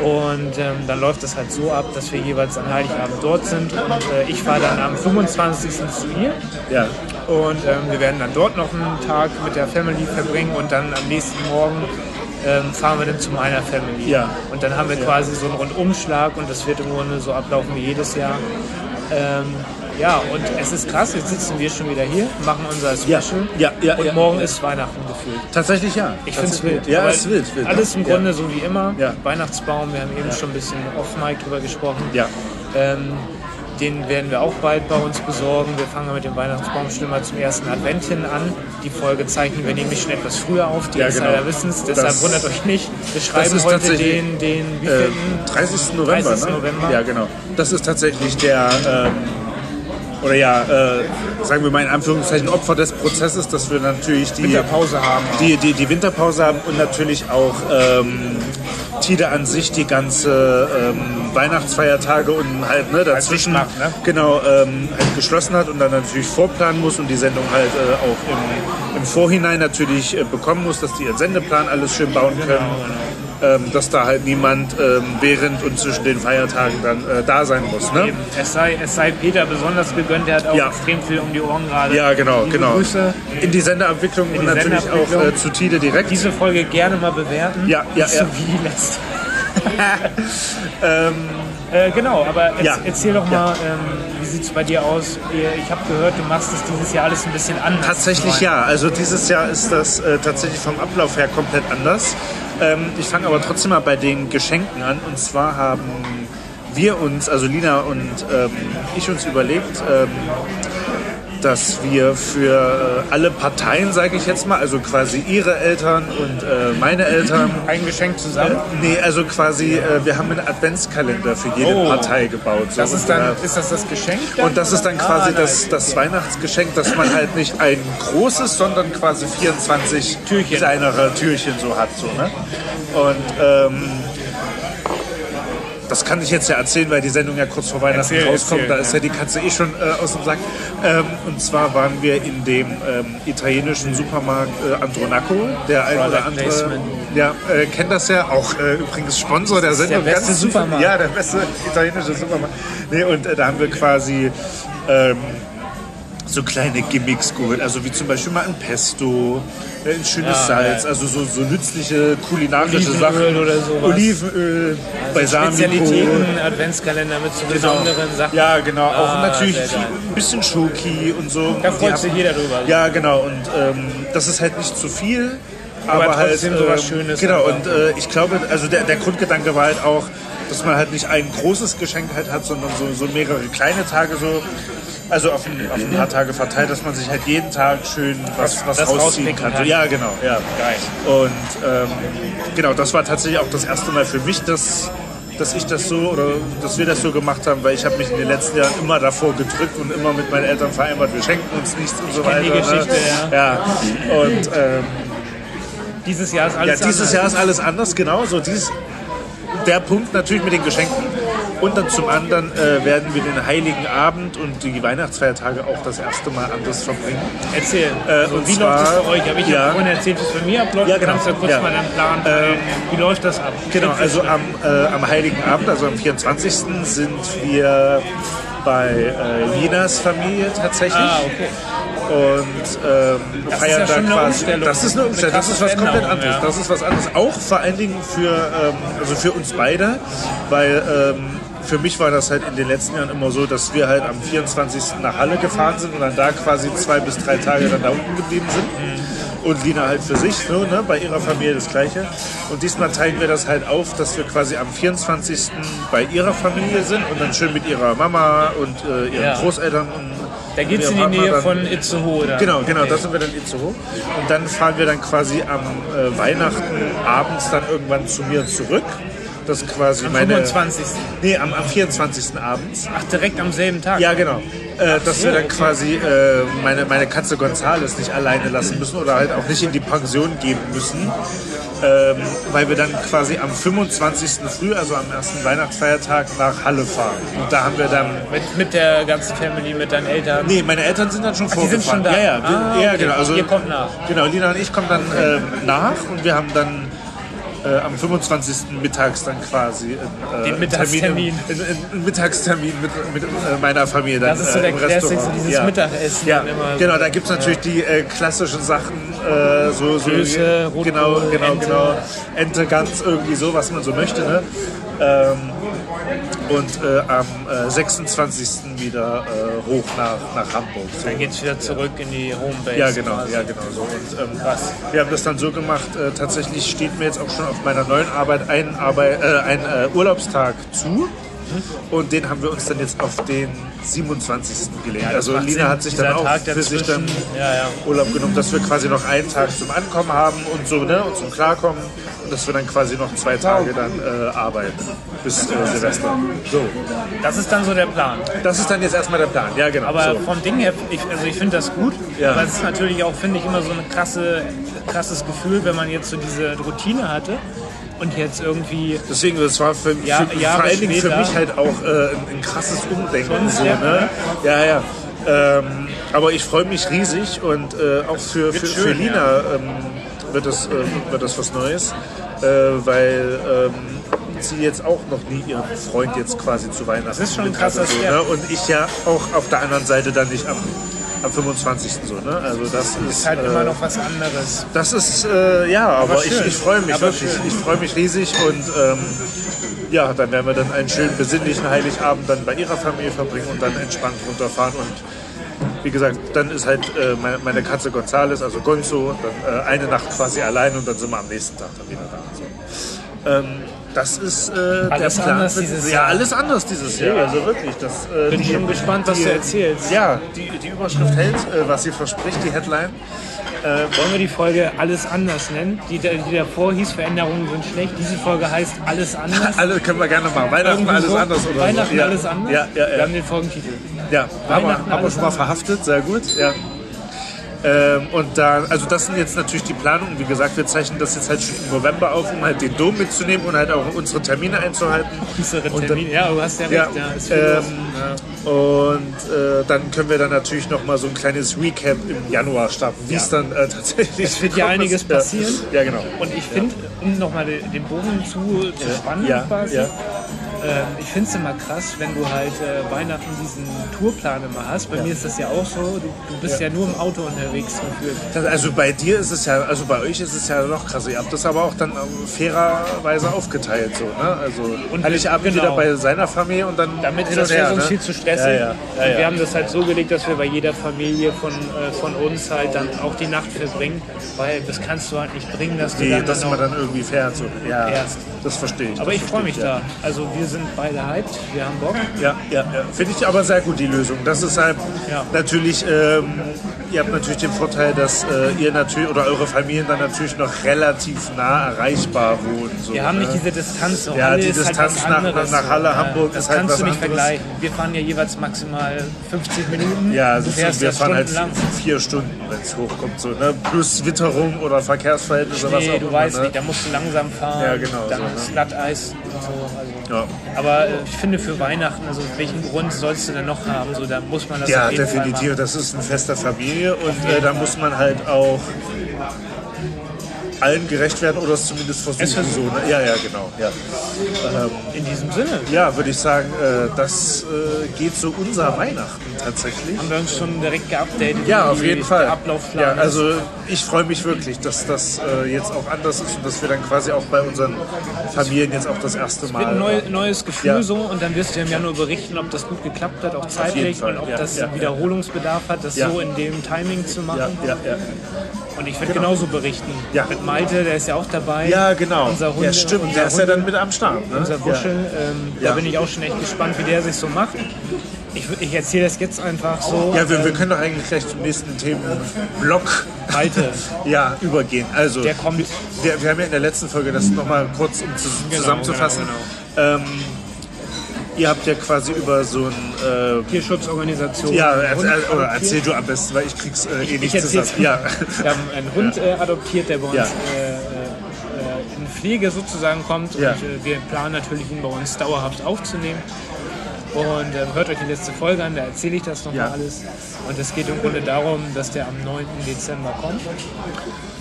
S2: Und ähm, dann läuft das halt so ab, dass wir jeweils an Heiligabend dort sind. Und äh, ich fahre dann am 25. zu ihr.
S3: Ja.
S2: Und ähm, wir werden dann dort noch einen Tag mit der Family verbringen und dann am nächsten Morgen ähm, fahren wir dann zu meiner Family.
S3: Ja.
S2: Und dann haben wir quasi so einen Rundumschlag und das wird im Grunde so ablaufen wie jedes Jahr. Ähm, ja, und es ist krass, jetzt sitzen wir schon wieder hier, machen unser
S3: Ja,
S2: Special
S3: ja, ja,
S2: und
S3: ja.
S2: morgen ist Weihnachten gefühlt.
S3: Tatsächlich ja.
S2: Ich finde es
S3: Tatsächlich.
S2: wild.
S3: Ja,
S2: Aber
S3: es ist wild. wild
S2: Alles im
S3: ja.
S2: Grunde so wie immer.
S3: Ja.
S2: Weihnachtsbaum, wir haben eben schon ein bisschen off-mic drüber gesprochen.
S3: Ja.
S2: Ähm, den werden wir auch bald bei uns besorgen. Wir fangen mit dem Weihnachtsbaum schon mal zum ersten Advent hin an. Die Folge zeichnen wir nämlich schon etwas früher auf. Die
S3: Ja,
S2: Insider
S3: genau.
S2: wissen es, deshalb
S3: Das-
S2: wundert euch nicht. Wir schreiben
S3: ist
S2: heute
S3: tatsächlich,
S2: den, den
S3: Äh,
S2: wievielten?
S3: 30. November,
S2: 30.
S3: Ne?
S2: November.
S3: Ja, genau. Das ist tatsächlich der ähm, oder ja, äh, sagen wir mal in Anführungszeichen Opfer des Prozesses, dass wir natürlich die
S5: Winterpause haben.
S3: Die, die, die Winterpause haben und natürlich auch ähm, Tide an sich die ganze ähm, Weihnachtsfeiertage und halt ne, dazwischen
S5: Dicht macht, ne?
S3: genau ähm, halt geschlossen hat und dann natürlich vorplanen muss und die Sendung halt äh, auch im, im Vorhinein natürlich äh, bekommen muss, dass die ihren Sendeplan alles schön bauen können. Ähm, dass da halt niemand ähm, während und zwischen den Feiertagen dann äh, da sein muss. Ne?
S2: Eben. Es sei, es sei Peter besonders gegönnt, der hat auch
S3: Ja.
S2: extrem viel um die Ohren gerade.
S3: Ja, genau,
S2: Liebe
S3: genau.
S2: Grüße.
S3: In die Senderabwicklung und
S2: die
S3: natürlich auch
S2: Senderabwicklung.
S3: äh, zu Tide direkt.
S2: Diese Folge gerne mal bewerten.
S3: Ja, ja,
S2: Nicht
S3: ja. Ähm,
S2: So wie die letzte. Äh, genau, aber jetzt,
S3: Ja.
S2: erzähl doch mal, ähm, wie sieht es bei dir aus? Ihr- Ich habe gehört, du machst es dieses Jahr alles ein bisschen anders.
S3: Tatsächlich ja. Also dieses Jahr ist das äh, tatsächlich vom Ablauf her komplett anders. Ähm, ich fange aber trotzdem mal bei den Geschenken an. Und zwar haben wir uns, also Lina und ähm, ich uns überlegt, ähm, dass wir für äh, alle Parteien, sage ich jetzt mal, also quasi ihre Eltern und äh, meine Eltern,
S2: Ein Geschenk zusammen.
S3: nee, also quasi, äh, wir haben einen Adventskalender für jede
S5: Oh.
S3: Partei gebaut. So
S5: Das ist,
S3: ungefähr.
S5: dann, ist das das Geschenk? Dann,
S3: äh, Und das ist dann
S5: oder?
S3: quasi
S5: Ah,
S3: das,
S5: nice.
S3: das Weihnachtsgeschenk, dass man halt nicht ein großes, sondern quasi 24
S2: Türchen.
S3: kleinere Türchen so hat. So, ne? Und ähm, das kann ich jetzt ja erzählen, weil die Sendung ja kurz vor Weihnachten
S5: Erzähl,
S3: rauskommt.
S5: erzähl,
S3: da ist ja die Katze eh schon äh, aus dem Sack. Ähm, und zwar waren wir in dem ähm, italienischen Supermarkt äh, Andronaco. Der ein oder
S2: Product
S3: andere
S2: Placement.
S3: ja, äh, kennt das ja. Auch äh, übrigens Sponsor der Sendung.
S2: beste
S3: ganz-
S2: Supermarkt.
S3: Ja, der beste italienische Supermarkt. Nee, und äh, da haben wir quasi ähm, so kleine Gimmicks geholt. Also wie zum Beispiel mal ein Pesto, äh, ein schönes Salz, also so, so nützliche kulinarische
S2: Olivenöl
S3: Sachen.
S2: oder sowas. Also
S3: Olivenöl, Balsamico. Genau.
S2: Spezialitäten, Adventskalender mit so besonderen Sachen.
S3: Ja, genau. Auch
S2: Ah,
S3: natürlich
S2: sehr geil.
S3: ein bisschen Schoki und so.
S2: Da freut
S3: Die
S2: sich
S3: haben-
S2: jeder drüber.
S3: Ja, genau. Und ähm, das ist halt nicht zu viel. Aber,
S2: trotzdem
S3: halt,
S2: sowas Schönes
S3: Genau,
S2: einfach.
S3: und äh, ich glaube, also der, der Grundgedanke war halt auch, dass man halt nicht ein großes Geschenk halt hat, sondern so, so mehrere kleine Tage so, also auf ein, auf ein paar Tage verteilt, dass man sich halt jeden Tag schön was, was
S2: das
S3: rausziehen
S2: rauspicken
S3: kann.
S2: kann.
S3: Ja, genau, ja.
S2: Geil.
S3: Und ähm, genau, das war tatsächlich auch das erste Mal für mich, dass, dass ich das so oder dass wir das so gemacht haben, weil ich habe mich in den letzten Jahren immer davor gedrückt und immer mit meinen Eltern vereinbart, wir schenken uns nichts und so weiter.
S2: kenn die Geschichte,
S3: ne? ja. Und ähm,
S2: Dieses Jahr ist
S3: ja,
S2: alles
S3: dieses
S2: anders.
S3: Jahr ist alles anders, genau. So dieses, der Punkt natürlich mit den Geschenken. Und dann zum anderen äh, werden wir den Heiligen Abend und die Weihnachtsfeiertage auch das erste Mal anders verbringen.
S2: Erzähl.
S3: Äh, und
S2: also, wie
S3: zwar-
S2: läuft das bei euch? Hab ich
S3: ja.
S2: ja vorhin erzählt, wie es bei mir abläuft.
S3: Ja, genau.
S2: Du kannst ja kurz
S3: Ja.
S2: mal deinen Plan
S3: Ähm,
S2: Wie läuft das ab?
S3: Genau, also am, äh, am Heiligen Abend, also am 24. sind wir bei äh, Linas Familie tatsächlich.
S2: Ah, okay.
S3: Und ähm,
S2: Das ist
S3: feiern
S2: ja
S3: da
S2: schon eine
S3: quasi.
S2: Umstellung.
S3: Das ist eine Umstellung, das
S2: krasse
S3: ist was komplett
S2: Veränderung,
S3: anderes.
S2: ja.
S3: Das ist was anderes. Auch vor allen Dingen für, ähm, also für uns beide, weil ähm, für mich war das halt in den letzten Jahren immer so, dass wir halt am 24. nach Halle gefahren sind und dann da quasi zwei bis drei Tage dann da unten geblieben sind. Und Lina halt für sich, so, ne? bei ihrer Familie das Gleiche. Und diesmal teilen wir das halt auf, dass wir quasi am 24. bei ihrer Familie sind und dann schön mit ihrer Mama und äh, ihren
S2: Ja.
S3: Großeltern und
S2: Da geht es
S3: ihrem
S2: in die
S3: Partner
S2: Nähe
S3: dann-
S2: von Itzehoe. Dann.
S3: Genau, genau,
S2: Okay.
S3: da sind wir dann eh zu hoch. Und dann fahren wir dann quasi am äh, Weihnachten abends dann irgendwann zu mir zurück. Das ist quasi
S2: Am
S3: meine.
S2: 25.
S3: Nee, am, am 24. abends.
S2: Ach, direkt am selben Tag.
S3: Ja, genau. Äh, dass wir dann quasi äh, meine, meine Katze Gonzales nicht alleine lassen müssen oder halt auch nicht in die Pension geben müssen. Ähm, weil wir dann quasi am 25. früh, also am ersten Weihnachtsfeiertag, nach Halle fahren. Und da haben wir dann
S2: Mit, mit der ganzen Family, mit deinen Eltern.
S3: Nee, meine Eltern sind dann schon
S2: Ähm, die sind schon
S3: vorgefahren.
S2: da.
S3: Ja, ja, wir,
S2: Ah,
S3: ja
S2: okay.
S3: genau. Also,
S2: Ihr kommt nach.
S3: Genau, Lina und ich kommen dann ähm, nach und wir haben dann äh, am 25. mittags dann quasi einen, äh,
S2: Den Mittagstermin.
S3: Termin, einen, einen Mittagstermin mit, mit äh, meiner Familie. Dann,
S2: Das ist so der
S3: äh, im
S2: Classic,
S3: Restaurant.
S2: so dieses
S3: ja.
S2: Mittagessen
S3: Ja,
S2: dann immer so.
S3: genau, da gibt es natürlich die äh, klassischen Sachen, äh, so, so
S2: Klöße, Rotkohl,
S3: genau, genau,
S2: Ente.
S3: genau, Ente, Gans, irgendwie so, was man so möchte. Ne? Ähm, und äh, am äh, 26. wieder äh, hoch nach, nach Hamburg. So.
S2: Dann geht's wieder zurück in die Homebase.
S3: Ja, genau,
S2: quasi.
S3: ja, genau so. Und, ähm,
S2: Krass.
S3: wir haben das dann so gemacht, äh, tatsächlich steht mir jetzt auch schon auf meiner neuen Arbeit ein, Arbeit, äh, ein äh, Urlaubstag zu. Und den haben wir uns dann jetzt auf den 27. gelegt.
S2: Ja, das
S3: also
S2: macht
S3: Lina
S2: Sinn.
S3: hat sich
S2: Dieser
S3: dann auch
S2: Tag
S3: für sich dann
S2: dazwischen. Ja, ja.
S3: Urlaub genommen, dass wir quasi noch einen Tag zum Ankommen haben und so, ne, und zum Klarkommen. Und dass wir dann quasi noch zwei Tage dann äh, arbeiten bis äh, Silvester. So,
S2: Das ist dann so der Plan.
S3: das ist dann jetzt erstmal der Plan. Ja, genau.
S2: Aber
S3: so.
S2: vom Ding her, ich, also ich finde das gut,
S3: Ja.
S2: aber es ist natürlich auch, finde ich, immer so ein krasse, krasses Gefühl, wenn man jetzt so diese Routine hatte und jetzt irgendwie
S3: Deswegen, das war für,
S2: Ja-
S3: für,
S2: Jahre
S3: vor allen Dingen für
S2: später.
S3: mich halt auch äh, ein, ein krasses Umdenken.
S2: Schon
S3: und so,
S2: Step,
S3: ne? Ja, ja. Ähm, aber ich freue mich riesig und äh, auch für, für, für
S2: schön,
S3: Lina ähm, wird, das, äh, wird das was Neues, äh, weil ähm, sie jetzt auch noch nie ihren Freund jetzt quasi zu Weihnachten
S2: Das ist schon ein
S3: mit hat
S2: krasser
S3: und so,
S2: Step.
S3: ne? Und ich ja auch auf der anderen Seite dann nicht am, am 25. so. Ne? Also das ist,
S2: ist halt
S3: äh,
S2: immer noch was anderes.
S3: das ist, äh, ja, aber, ich,
S2: schön.
S3: ich freue mich
S2: Aber
S3: wirklich.
S2: schön.
S3: Ich freue mich riesig und ähm, ja, dann werden wir dann einen schönen besinnlichen Heiligabend dann bei ihrer Familie verbringen und dann entspannt runterfahren und wie gesagt, dann ist halt äh, meine, meine Katze Gonzales, also Gonzo, dann äh, eine Nacht quasi allein und dann sind wir am nächsten Tag dann wieder da. So. Ähm, das ist äh,
S2: Alles
S3: der Plan.
S2: anders dieses
S3: ja,
S2: Jahr.
S3: alles anders dieses Jahr. Also wirklich, das äh,
S2: Bin
S3: die-
S2: schon gespannt, was du
S3: die-
S2: erzählst.
S3: Ja, die, die Überschrift hält, äh, was sie verspricht, die Headline.
S2: Wollen wir die Folge alles anders nennen? Die, da- die davor hieß, Veränderungen sind schlecht. Diese Folge heißt alles anders.
S3: Alle können wir gerne machen. Weihnachten
S2: Irgendwie
S3: alles
S2: so.
S3: anders oder
S2: Weihnachten
S3: so. Ja.
S2: alles anders?
S3: Ja, ja,
S2: Wir
S3: ja.
S2: haben den Folgentitel.
S3: ja. Haben, wir,
S2: Weihnachten
S3: haben wir
S2: alles
S3: schon mal
S2: anders.
S3: verhaftet, sehr gut. Ja. Ähm, und da, also das sind jetzt natürlich die Planungen. Wie gesagt, wir zeichnen das jetzt halt schon im November auf, um halt den Dom mitzunehmen und halt auch unsere Termine einzuhalten.
S2: Unsere
S3: Und dann-
S2: Termine. Ja, du hast ja,
S3: Ja,
S2: recht. Ja, ist viel los.
S3: ähm,
S2: ja.
S3: und äh, dann können wir dann natürlich noch mal so ein kleines Recap im Januar starten, wie es dann äh, tatsächlich Es
S2: wird ja einiges passieren.
S3: Ja, genau.
S2: Und ich finde, um nochmal den Bogen zu, zu spannen
S3: Ja,
S2: quasi,
S3: ja.
S2: ähm, ich finde es immer krass, wenn du halt äh, Weihnachten diesen Tourplan immer hast. Bei mir ist das ja auch so, du, du bist ja. nur im Auto unterwegs gefühlt.
S3: Das, also bei dir ist es ja, also bei euch ist es ja noch krasser. Ihr habt das aber auch dann äh, fairerweise aufgeteilt, so, ne? Also
S2: Und
S3: Heiligabend
S2: genau.
S3: wieder bei seiner Familie und dann
S2: Damit
S3: hin
S2: ist
S3: und
S2: das
S3: her,
S2: ja sonst
S3: ne?
S2: viel zu stressig.
S3: Ja, ja. Ja,
S2: Und
S3: ja.
S2: Wir haben das halt so gelegt, dass wir bei jeder Familie von, äh, von uns halt dann auch die Nacht verbringen, weil das kannst du halt nicht bringen, dass du
S3: Nee,
S2: dann,
S3: dass
S2: dann
S3: man
S2: noch-
S3: dann irgendwie fährt, so. Ja,
S2: Ja.
S3: das verstehe ich.
S2: Aber
S3: das
S2: ich freue mich
S3: verstehe
S2: da. Also wir sind beide hyped, wir haben Bock.
S3: Ja, ja, ja. Finde ich aber sehr gut, die Lösung. Das ist halt
S2: Ja.
S3: natürlich, ähm, ihr habt natürlich den Vorteil, dass äh, ihr natürlich oder eure Familien dann natürlich noch relativ nah erreichbar wohnen. So,
S2: Wir haben nicht
S3: ne?
S2: diese Distanz. so
S3: Ja,
S2: Halle
S3: die
S2: ist
S3: Distanz
S2: halt was
S3: nach-
S2: anderes.
S3: nach Halle, Hamburg
S2: das
S3: ist halt
S2: kannst
S3: was
S2: du nicht
S3: anderes.
S2: vergleichen. Wir fahren ja jeweils maximal 50 Minuten.
S3: Ja,
S2: du
S3: das
S2: fährst
S3: ist, wir
S2: das
S3: fahren halt
S2: stundenlang.
S3: vier Stunden, wenn es hochkommt. So, ne? Plus Witterung oder Verkehrsverhältnisse, was auch
S2: Nee, du
S3: immer.
S2: weißt
S3: ne?
S2: nicht, da musst du langsam fahren.
S3: Ja, genau,
S2: Dann
S3: so, ne?
S2: ist Glatteis und so. Also.
S3: Ja,
S2: Aber äh, ich finde für Weihnachten, also welchen Grund sollst du denn noch haben? So, da muss man das
S3: ja
S2: auf jeden Fall
S3: definitiv. Das ist ein Fest der Familie und äh, da muss man halt auch allen gerecht werden oder es zumindest versuchen.
S2: Es versuchen.
S3: So, ne? Ja, ja, genau. Ja,
S2: machen. In diesem Sinne
S3: ja würde ich sagen, äh, das äh, geht so unser Weihnachten tatsächlich.
S2: haben wir uns schon direkt geupdatet.
S3: Ja,
S2: wie
S3: auf jeden
S2: der
S3: Fall.
S2: Ablaufplan.
S3: Ja,
S2: ist.
S3: also ich freue mich wirklich, dass das äh, jetzt auch anders ist und dass wir dann quasi auch bei unseren Familien jetzt auch das erste Mal.
S2: Ein neu, neues Gefühl
S3: Ja.
S2: so und dann wirst du im Januar berichten, ob das gut geklappt hat, auch
S3: jeden
S2: zeitlich
S3: Fall,
S2: und ob
S3: ja,
S2: das
S3: ja, ja.
S2: Wiederholungsbedarf hat, das
S3: Ja.
S2: so in dem Timing zu
S3: ja,
S2: machen.
S3: ja, ja.
S2: Und ich werde genauso berichten.
S3: Ja.
S2: Mit Malte, der ist ja auch dabei.
S3: Ja, genau.
S2: Unser Hund,
S3: ja, stimmt.
S2: unser
S3: der ist ja
S2: Hunde-
S3: dann mit am Start. Ne?
S2: unser Wuschel. Ähm,
S3: Ja.
S2: Da bin ich auch schon echt gespannt, wie der sich so macht. Ich, wür- ich erzähle das jetzt einfach so.
S3: Ja, ja wir, wir können doch eigentlich gleich zum nächsten Themenblock
S2: Malte,
S3: ja, übergehen. Also,
S2: der kommt.
S3: wir, wir haben ja in der letzten Folge das nochmal kurz um zu,
S2: Genau,
S3: zusammenzufassen. Ähm, ihr habt ja quasi über so ein. Ähm,
S2: Tierschutzorganisation.
S3: ja,
S2: Einen Hund
S3: erzähl, äh, oder
S2: adoptiert.
S3: erzähl du am besten, weil ich krieg's äh, eh nicht
S2: erzähl's.
S3: zusammen. Ja.
S2: Wir haben einen Hund äh, adoptiert, der bei uns
S3: Ja.
S2: äh, äh, in Pflege sozusagen kommt.
S3: Ja.
S2: Und äh, wir planen natürlich, ihn bei uns dauerhaft aufzunehmen. Und ähm, hört euch die letzte Folge an, da erzähle ich das nochmal
S3: Ja.
S2: alles. Und es geht im Grunde darum, dass der am 9. Dezember kommt.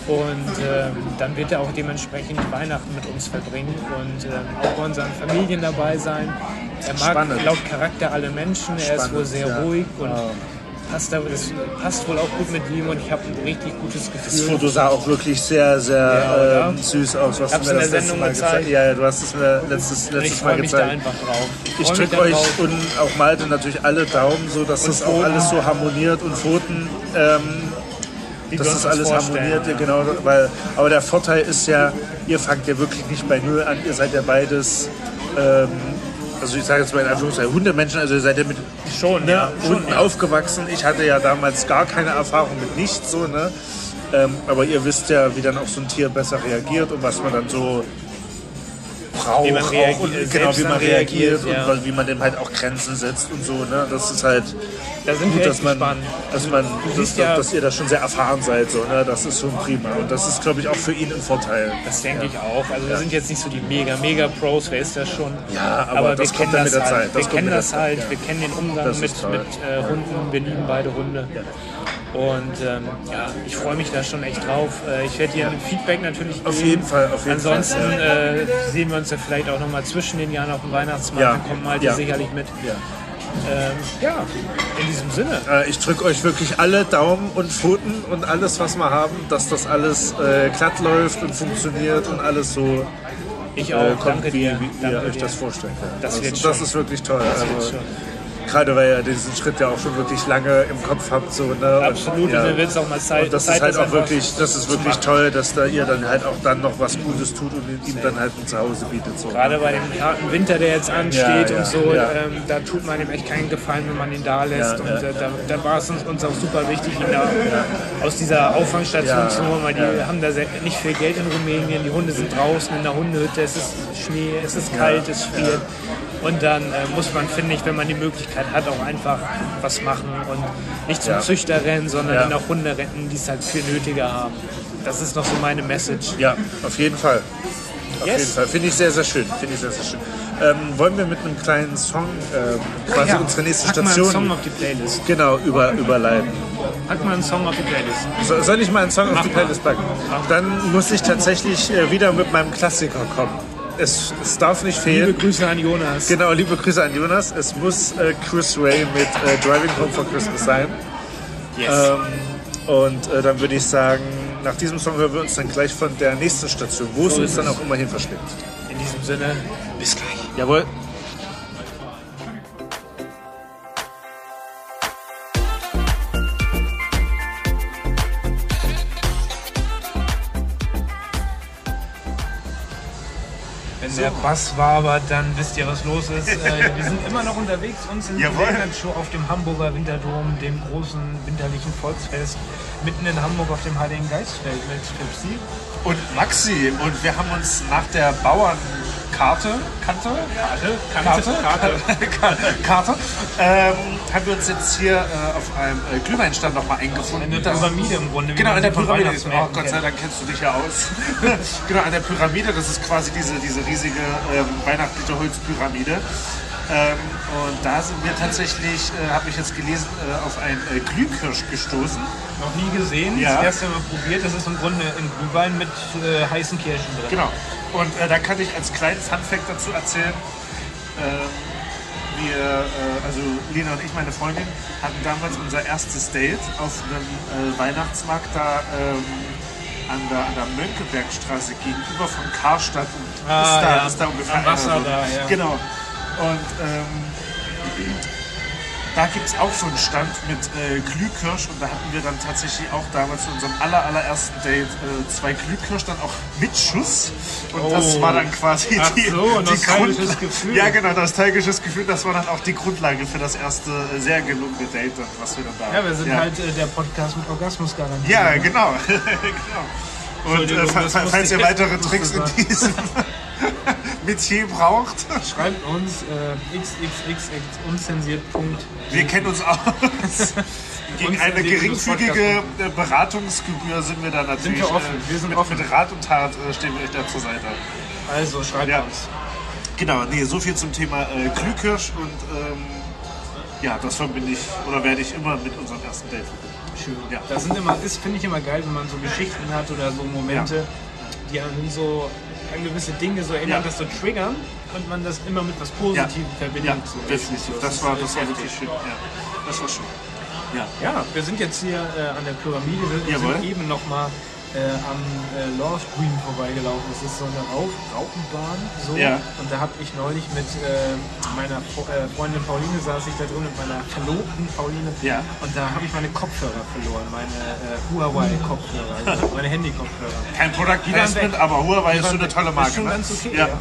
S2: Und ähm, dann wird er auch dementsprechend Weihnachten mit uns verbringen und ähm, auch bei unseren Familien dabei sein. Er mag
S3: Spannend.
S2: laut Charakter alle Menschen, er ist wohl
S3: Spannend,
S2: sehr
S3: ja. Ah.
S2: ruhig und passt, da, das passt wohl auch gut mit ihm und ich habe ein richtig gutes
S3: Das
S2: Gefühl.
S3: Foto sah auch wirklich sehr, sehr
S2: Ja, oder?
S3: ähm, süß aus. Was
S2: Hab's
S3: du mir
S2: in
S3: das
S2: der
S3: letzte
S2: Sendung
S3: Mal
S2: gezeigt.
S3: Ja, ja, du hast es mir letztes,
S2: Und ich
S3: letztes Mal
S2: freue mich da
S3: gezeigt.
S2: einfach drauf.
S3: Ich
S2: freu mich
S3: drücke
S2: da
S3: euch
S2: drauf.
S3: und auch Malte natürlich alle Daumen, so dass das auch
S2: Pfoten.
S3: alles so harmoniert und Pfoten, ähm,
S2: Wie wir
S3: dass
S2: uns
S3: das alles
S2: vorstellen.
S3: harmoniert, ja. genau. Weil, aber der Vorteil ist ja, ihr fangt ja wirklich nicht bei Null an, ihr seid ja beides ähm, also ich sage jetzt mal in Anführungszeichen Hundemenschen, also ihr seid ja mit
S2: Schon, ja.
S3: unten aufgewachsen. Ich hatte ja damals gar keine Erfahrung mit nichts so, ne? Ähm, aber ihr wisst ja, wie dann auch so ein Tier besser reagiert und was man dann so braucht
S2: Wie man
S3: auch
S2: reagiert,
S3: und,
S2: selbst
S3: genau, wie man
S2: dann
S3: reagiert,
S2: reagiert, ja.
S3: und wie man dem halt auch Grenzen setzt und so. Ne? Das ist halt
S2: Da sind wir
S3: gut,
S2: echt
S3: dass man,
S2: gespannt.
S3: dass man, dass,
S2: siehst ja-
S3: dass ihr da schon sehr erfahren seid. So, ne? Das ist schon prima und das ist, glaube ich, auch für ihn ein Vorteil.
S2: Das denke ich auch. Also wir sind jetzt nicht so die mega, mega Pros, wer ist das schon?
S3: Ja, aber das
S2: wir
S3: kommt
S2: kennen
S3: dann
S2: das
S3: mit der
S2: halt.
S3: Zeit. Das
S2: Wir
S3: kommt
S2: kennen
S3: mit der
S2: das
S3: Zeit,
S2: halt,
S3: ja.
S2: wir kennen den Umgang
S3: Das ist
S2: mit,
S3: toll.
S2: mit äh, Hunden, wir lieben beide Hunde. Und ähm, ja, ich freue mich da schon echt drauf. Äh, ich werde dir ein Feedback natürlich
S3: Auf
S2: geben.
S3: jeden Fall, auf jeden Fall,
S2: Ansonsten
S3: ja.
S2: äh, sehen wir uns ja vielleicht auch nochmal zwischen den Jahren auf dem Weihnachtsmarkt.
S3: Ja,
S2: Dann kommen halt
S3: ja.
S2: sicherlich mit.
S3: Ja.
S2: Ähm, ja, in diesem Sinne.
S3: Äh, ich drücke euch wirklich alle Daumen und Pfoten und alles, was wir haben, dass das alles äh, glatt läuft und funktioniert und alles so
S2: Ich
S3: äh,
S2: auch.
S3: kommt,
S2: Danke
S3: wie,
S2: dir.
S3: wie ihr
S2: danke
S3: euch
S2: dir.
S3: das vorstellen könnt. Also,
S2: Das wird
S3: das
S2: schon.
S3: ist wirklich toll.
S2: wird
S3: also,
S2: schon.
S3: Gerade weil ihr diesen Schritt ja auch schon wirklich lange im Kopf habt. So, ne?
S2: Absolut,
S3: Und, ja.
S2: und wir wird's auch mal Zeit.
S3: Und das
S2: Zeit
S3: ist halt auch
S2: einfach
S3: wirklich, das ist
S2: zu
S3: wirklich
S2: machen.
S3: toll, dass da ihr dann halt auch dann noch was Gutes tut und ihm dann halt ein Zuhause bietet. So.
S2: Gerade bei dem harten Winter, der jetzt ansteht
S3: Ja, ja,
S2: und so,
S3: ja.
S2: ähm, da tut man ihm echt keinen Gefallen, wenn man ihn da lässt.
S3: Ja,
S2: und
S3: ja,
S2: äh, da, da war es uns, uns auch super wichtig, ihn da aus dieser Auffangstation
S3: Ja,
S2: zu holen, weil die
S3: ja.
S2: haben da sehr, nicht viel Geld in Rumänien. Die Hunde sind draußen in der Hundehütte, es ist Schnee, es ist kalt, es friert. Und dann äh, muss man, finde ich, wenn man die Möglichkeit hat, auch einfach was machen und nicht zum
S3: Ja.
S2: Züchter rennen, sondern
S3: Ja.
S2: dann auch Hunde retten, die es halt viel nötiger haben. Das ist noch so meine Message.
S3: Ja, auf jeden Fall. Auf
S2: Yes.
S3: jeden Fall. Finde ich sehr, sehr schön. Finde ich sehr, sehr schön. Ähm, wollen wir mit einem kleinen Song ähm, quasi unsere nächste
S2: Pack mal einen Song
S3: Station
S2: auf die Playlist.
S3: genau über, überleiten?
S2: Pack mal einen Song auf die Playlist.
S3: So, soll ich mal einen Song auf
S2: Mach
S3: die
S2: mal.
S3: Playlist packen? Dann muss ich tatsächlich äh, wieder mit meinem Klassiker kommen. Es, es darf nicht fehlen.
S2: Liebe Grüße an Jonas.
S3: Genau, liebe Grüße an Jonas. Es muss äh, Chris Ray mit äh, Driving Home for Christmas sein. Ähm, und äh, dann würde ich sagen, nach diesem Song hören wir uns dann gleich von der nächsten Station, wo es uns dann auch immer hin verschlägt.
S2: In diesem Sinne, bis gleich.
S3: Jawohl.
S2: Wenn der Bass wabert, dann wisst ihr, was los ist. Äh, wir sind immer noch unterwegs. Uns in der
S3: Jawohl.
S2: Show auf dem Hamburger Winterdom, dem großen winterlichen Volksfest, mitten in Hamburg auf dem Heiligen Geistfeld mit Tipsy.
S3: Und Maxi, und wir haben uns nach der Bauernkarte, Kante? Karte? Karte, Karte ähm, haben wir uns jetzt hier äh, auf einem äh, Glühweinstand nochmal eingefunden.
S2: In der
S3: Das-
S2: Pyramide im Grunde, wie
S3: Genau,
S2: man
S3: in der
S2: sie von
S3: Pyramide. Oh,
S2: Weihnachtsmärkten
S3: Gott sei
S2: kennt.
S3: Dank kennst du dich ja aus. genau, an der Pyramide, das ist quasi diese, diese riesige ähm, weihnachtliche Holzpyramide. Ähm, und da sind wir tatsächlich, äh, habe ich jetzt gelesen, äh, auf einen äh, Glühkirsch gestoßen.
S2: Noch nie gesehen,
S3: Ja.
S2: das erste Mal probiert. Das ist im Grunde ein Glühwein mit äh, heißen Kirschen drin.
S3: Genau. Und äh, da kann ich als kleinen Funfact dazu erzählen, ähm, wir, äh, also Lena und ich, meine Freundin, hatten damals unser erstes Date auf einem äh, Weihnachtsmarkt da ähm, an der, an der Mönckebergstraße gegenüber von Karstadt und
S2: Ah,
S3: ist, da,
S2: ja.
S3: ist da ungefähr
S2: Am Wasser
S3: einer so.
S2: da, ja.
S3: Genau. Und ähm, da gibt es auch so einen Stand mit äh, Glühkirsch und da hatten wir dann tatsächlich auch damals zu unserem aller, allerersten Date äh, zwei Glühkirsch dann auch mit Schuss und das
S2: Oh.
S3: war dann quasi
S2: Ach
S3: die,
S2: so,
S3: die
S2: nostalgisches
S3: Grundla-
S2: Gefühl.
S3: Ja genau, nostalgisches Gefühl, das war dann auch die Grundlage für das erste äh, sehr gelungene Date, dann, was wir dann da
S2: Ja, wir sind halt äh, der Podcast mit Orgasmusgarantie.
S3: Ja, genau. genau. Und äh,
S2: Entschuldigung,
S3: fa
S2: das
S3: fa-
S2: musste
S3: falls ihr
S2: ich jetzt-
S3: weitere
S2: musste
S3: Tricks in
S2: sagen.
S3: diesem Metier braucht,
S2: Schreibt uns äh, xxxxunzensiert.de.
S3: Wir kennen uns aus. Gegen
S2: Uns
S3: eine
S2: erlebt das
S3: geringfügige äh, Beratungsgebühr sind wir da natürlich.
S2: wir offen.
S3: äh,
S2: Wir sind
S3: mit,
S2: offen.
S3: mit Rat und Tat äh, stehen wir euch da zur Seite.
S2: Also schreibt
S3: Ja.
S2: uns.
S3: Genau, nee, so viel zum Thema äh, Glühkirsch und ähm, ja, das verbinde ich oder werde ich immer mit unserem ersten Date verbinden.
S2: Schön.
S3: Ja.
S2: Das sind immer, ist finde ich immer geil, wenn man so Geschichten hat oder so Momente, die einen so an gewisse Dinge so erinnern,
S3: Ja.
S2: das so triggern und man das immer mit was Positivem verbindet.
S3: Ja,
S2: So ist-
S3: definitiv.
S2: so
S3: Das
S2: ist-
S3: war,
S2: ist
S3: das war
S2: heftig.
S3: wirklich schön. Ja, das war schön.
S2: Ja, wir sind jetzt hier äh, an der Pyramide. Wir
S3: Jawohl.
S2: sind eben nochmal äh, am äh, Love Green vorbeigelaufen. Das ist so eine Rauch Rauchenbahn. So.
S3: Ja.
S2: Und da habe ich neulich mit äh, meiner Fo äh, Freundin Pauline saß ich da drin mit meiner Verlobten Pauline.
S3: Ja.
S2: Und da habe ich meine Kopfhörer verloren, meine äh, Huawei-Kopfhörer, also meine Handy-Kopfhörer.
S3: Kein Product
S2: Die waren
S3: Placement,
S2: weg.
S3: aber Huawei
S2: Die
S3: ist
S2: waren
S3: schon eine
S2: weg.
S3: tolle Marke.
S2: Ist schon
S3: ne?
S2: ganz okay,
S3: Ja.
S2: ja.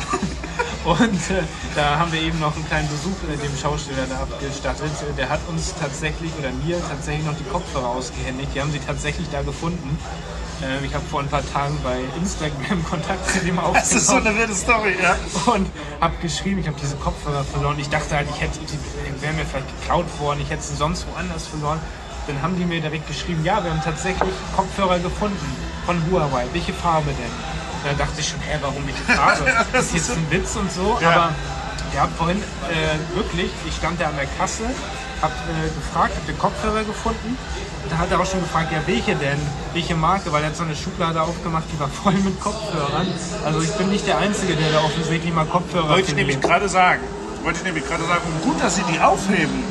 S2: Und äh, da haben wir eben noch einen kleinen Besuch mit dem Schausteller da abgestattet. Der hat uns tatsächlich oder mir tatsächlich noch die Kopfhörer ausgehändigt. Die haben sie tatsächlich da gefunden. Ähm, ich habe vor ein paar Tagen bei Instagram Kontakt zu dem aufgenommen
S3: Das ist so eine wilde Story, ja.
S2: und habe geschrieben, ich habe diese Kopfhörer verloren. Ich dachte halt, ich hätte, die wären mir vielleicht geklaut worden, ich hätte sie sonst woanders verloren. Dann haben die mir direkt geschrieben, ja, wir haben tatsächlich Kopfhörer gefunden von Huawei. Welche Farbe denn? Da dachte ich schon, hä, warum welche Farbe? Das ist jetzt ein Witz und so,
S3: Ja.
S2: aber ich habe vorhin äh, wirklich, ich stand da an der Kasse, habe äh, gefragt, habe den Kopfhörer gefunden. Da hat er auch schon gefragt, ja welche denn, welche Marke, weil er hat so eine Schublade aufgemacht, die war voll mit Kopfhörern. Also ich bin nicht der Einzige, der da offensichtlich mal Kopfhörer
S3: Wollte ich
S2: verliert.
S3: nämlich gerade sagen. Wollte ich nämlich gerade sagen. Und gut, dass sie die aufheben.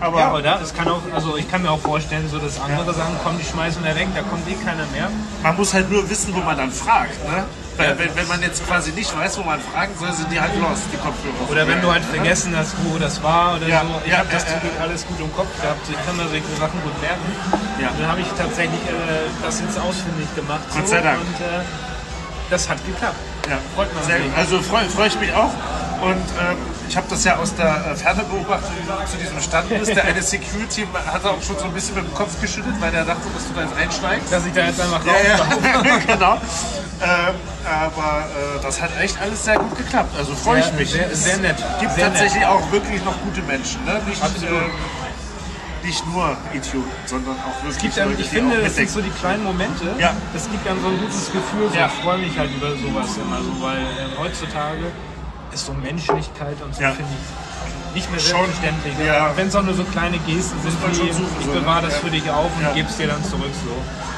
S3: Aber
S2: Ja, oder? Es kann auch, also ich kann mir auch vorstellen, so dass andere sagen, komm, die schmeißen wir weg, da kommt eh keiner mehr.
S3: man muss halt nur wissen, wo man dann fragt. Ne? Weil wenn, wenn man jetzt quasi nicht weiß, wo man fragen soll, sind die halt lost, die Kopfhörer.
S2: Oder wenn du halt vergessen hast, wo das war oder
S3: Ja,
S2: so. Ich
S3: ja,
S2: habe das
S3: ja,
S2: zum
S3: ja.
S2: Glück alles gut im Kopf gehabt. Ich kann mir solche Sachen gut merken.
S3: Ja.
S2: Und Dann habe ich tatsächlich äh, das jetzt ausfindig gemacht.
S3: Gott sei Dank.
S2: Und äh, das hat geklappt.
S3: Ja,
S2: Freut man
S3: sehr
S2: sich.
S3: gut. Also freue freu ich mich auch. Und ähm, ich habe das ja aus der äh, Ferne beobachtet, wie du zu diesem Stand bist. Der eine Security hat auch schon so ein bisschen mit dem Kopf geschüttelt, weil er dachte, dass du da jetzt einsteigst.
S2: Dass ich da jetzt einfach
S3: Ja,
S2: rauf
S3: ja. genau. Ähm, aber äh, das hat echt alles sehr gut geklappt. Also freue ich
S2: Sehr-
S3: mich.
S2: sehr-
S3: Es
S2: sehr nett.
S3: gibt
S2: Sehr nett.
S3: tatsächlich auch wirklich noch gute Menschen. Ne? Nicht,
S2: Absolut.
S3: äh, nicht nur Idioten, sondern auch wirklich
S2: Es gibt einem,
S3: Leute,
S2: ich
S3: die
S2: finde,
S3: auch
S2: das sind
S3: mitdenken.
S2: so die kleinen Momente.
S3: Ja.
S2: Das gibt einem so ein gutes Gefühl. So.
S3: Ja.
S2: Ich freue mich halt über sowas immer so, weil ähm, heutzutage ist so Menschlichkeit und so,
S3: Ja.
S2: finde ich, nicht mehr
S3: Schon,
S2: selbstverständlich.
S3: ja.
S2: Wenn es auch nur so kleine Gesten sind,
S3: man
S2: wie
S3: schon suchen,
S2: ich
S3: so, ne?
S2: bewahre das
S3: Ja.
S2: für dich auf und
S3: Ja.
S2: geb's dir dann zurück so.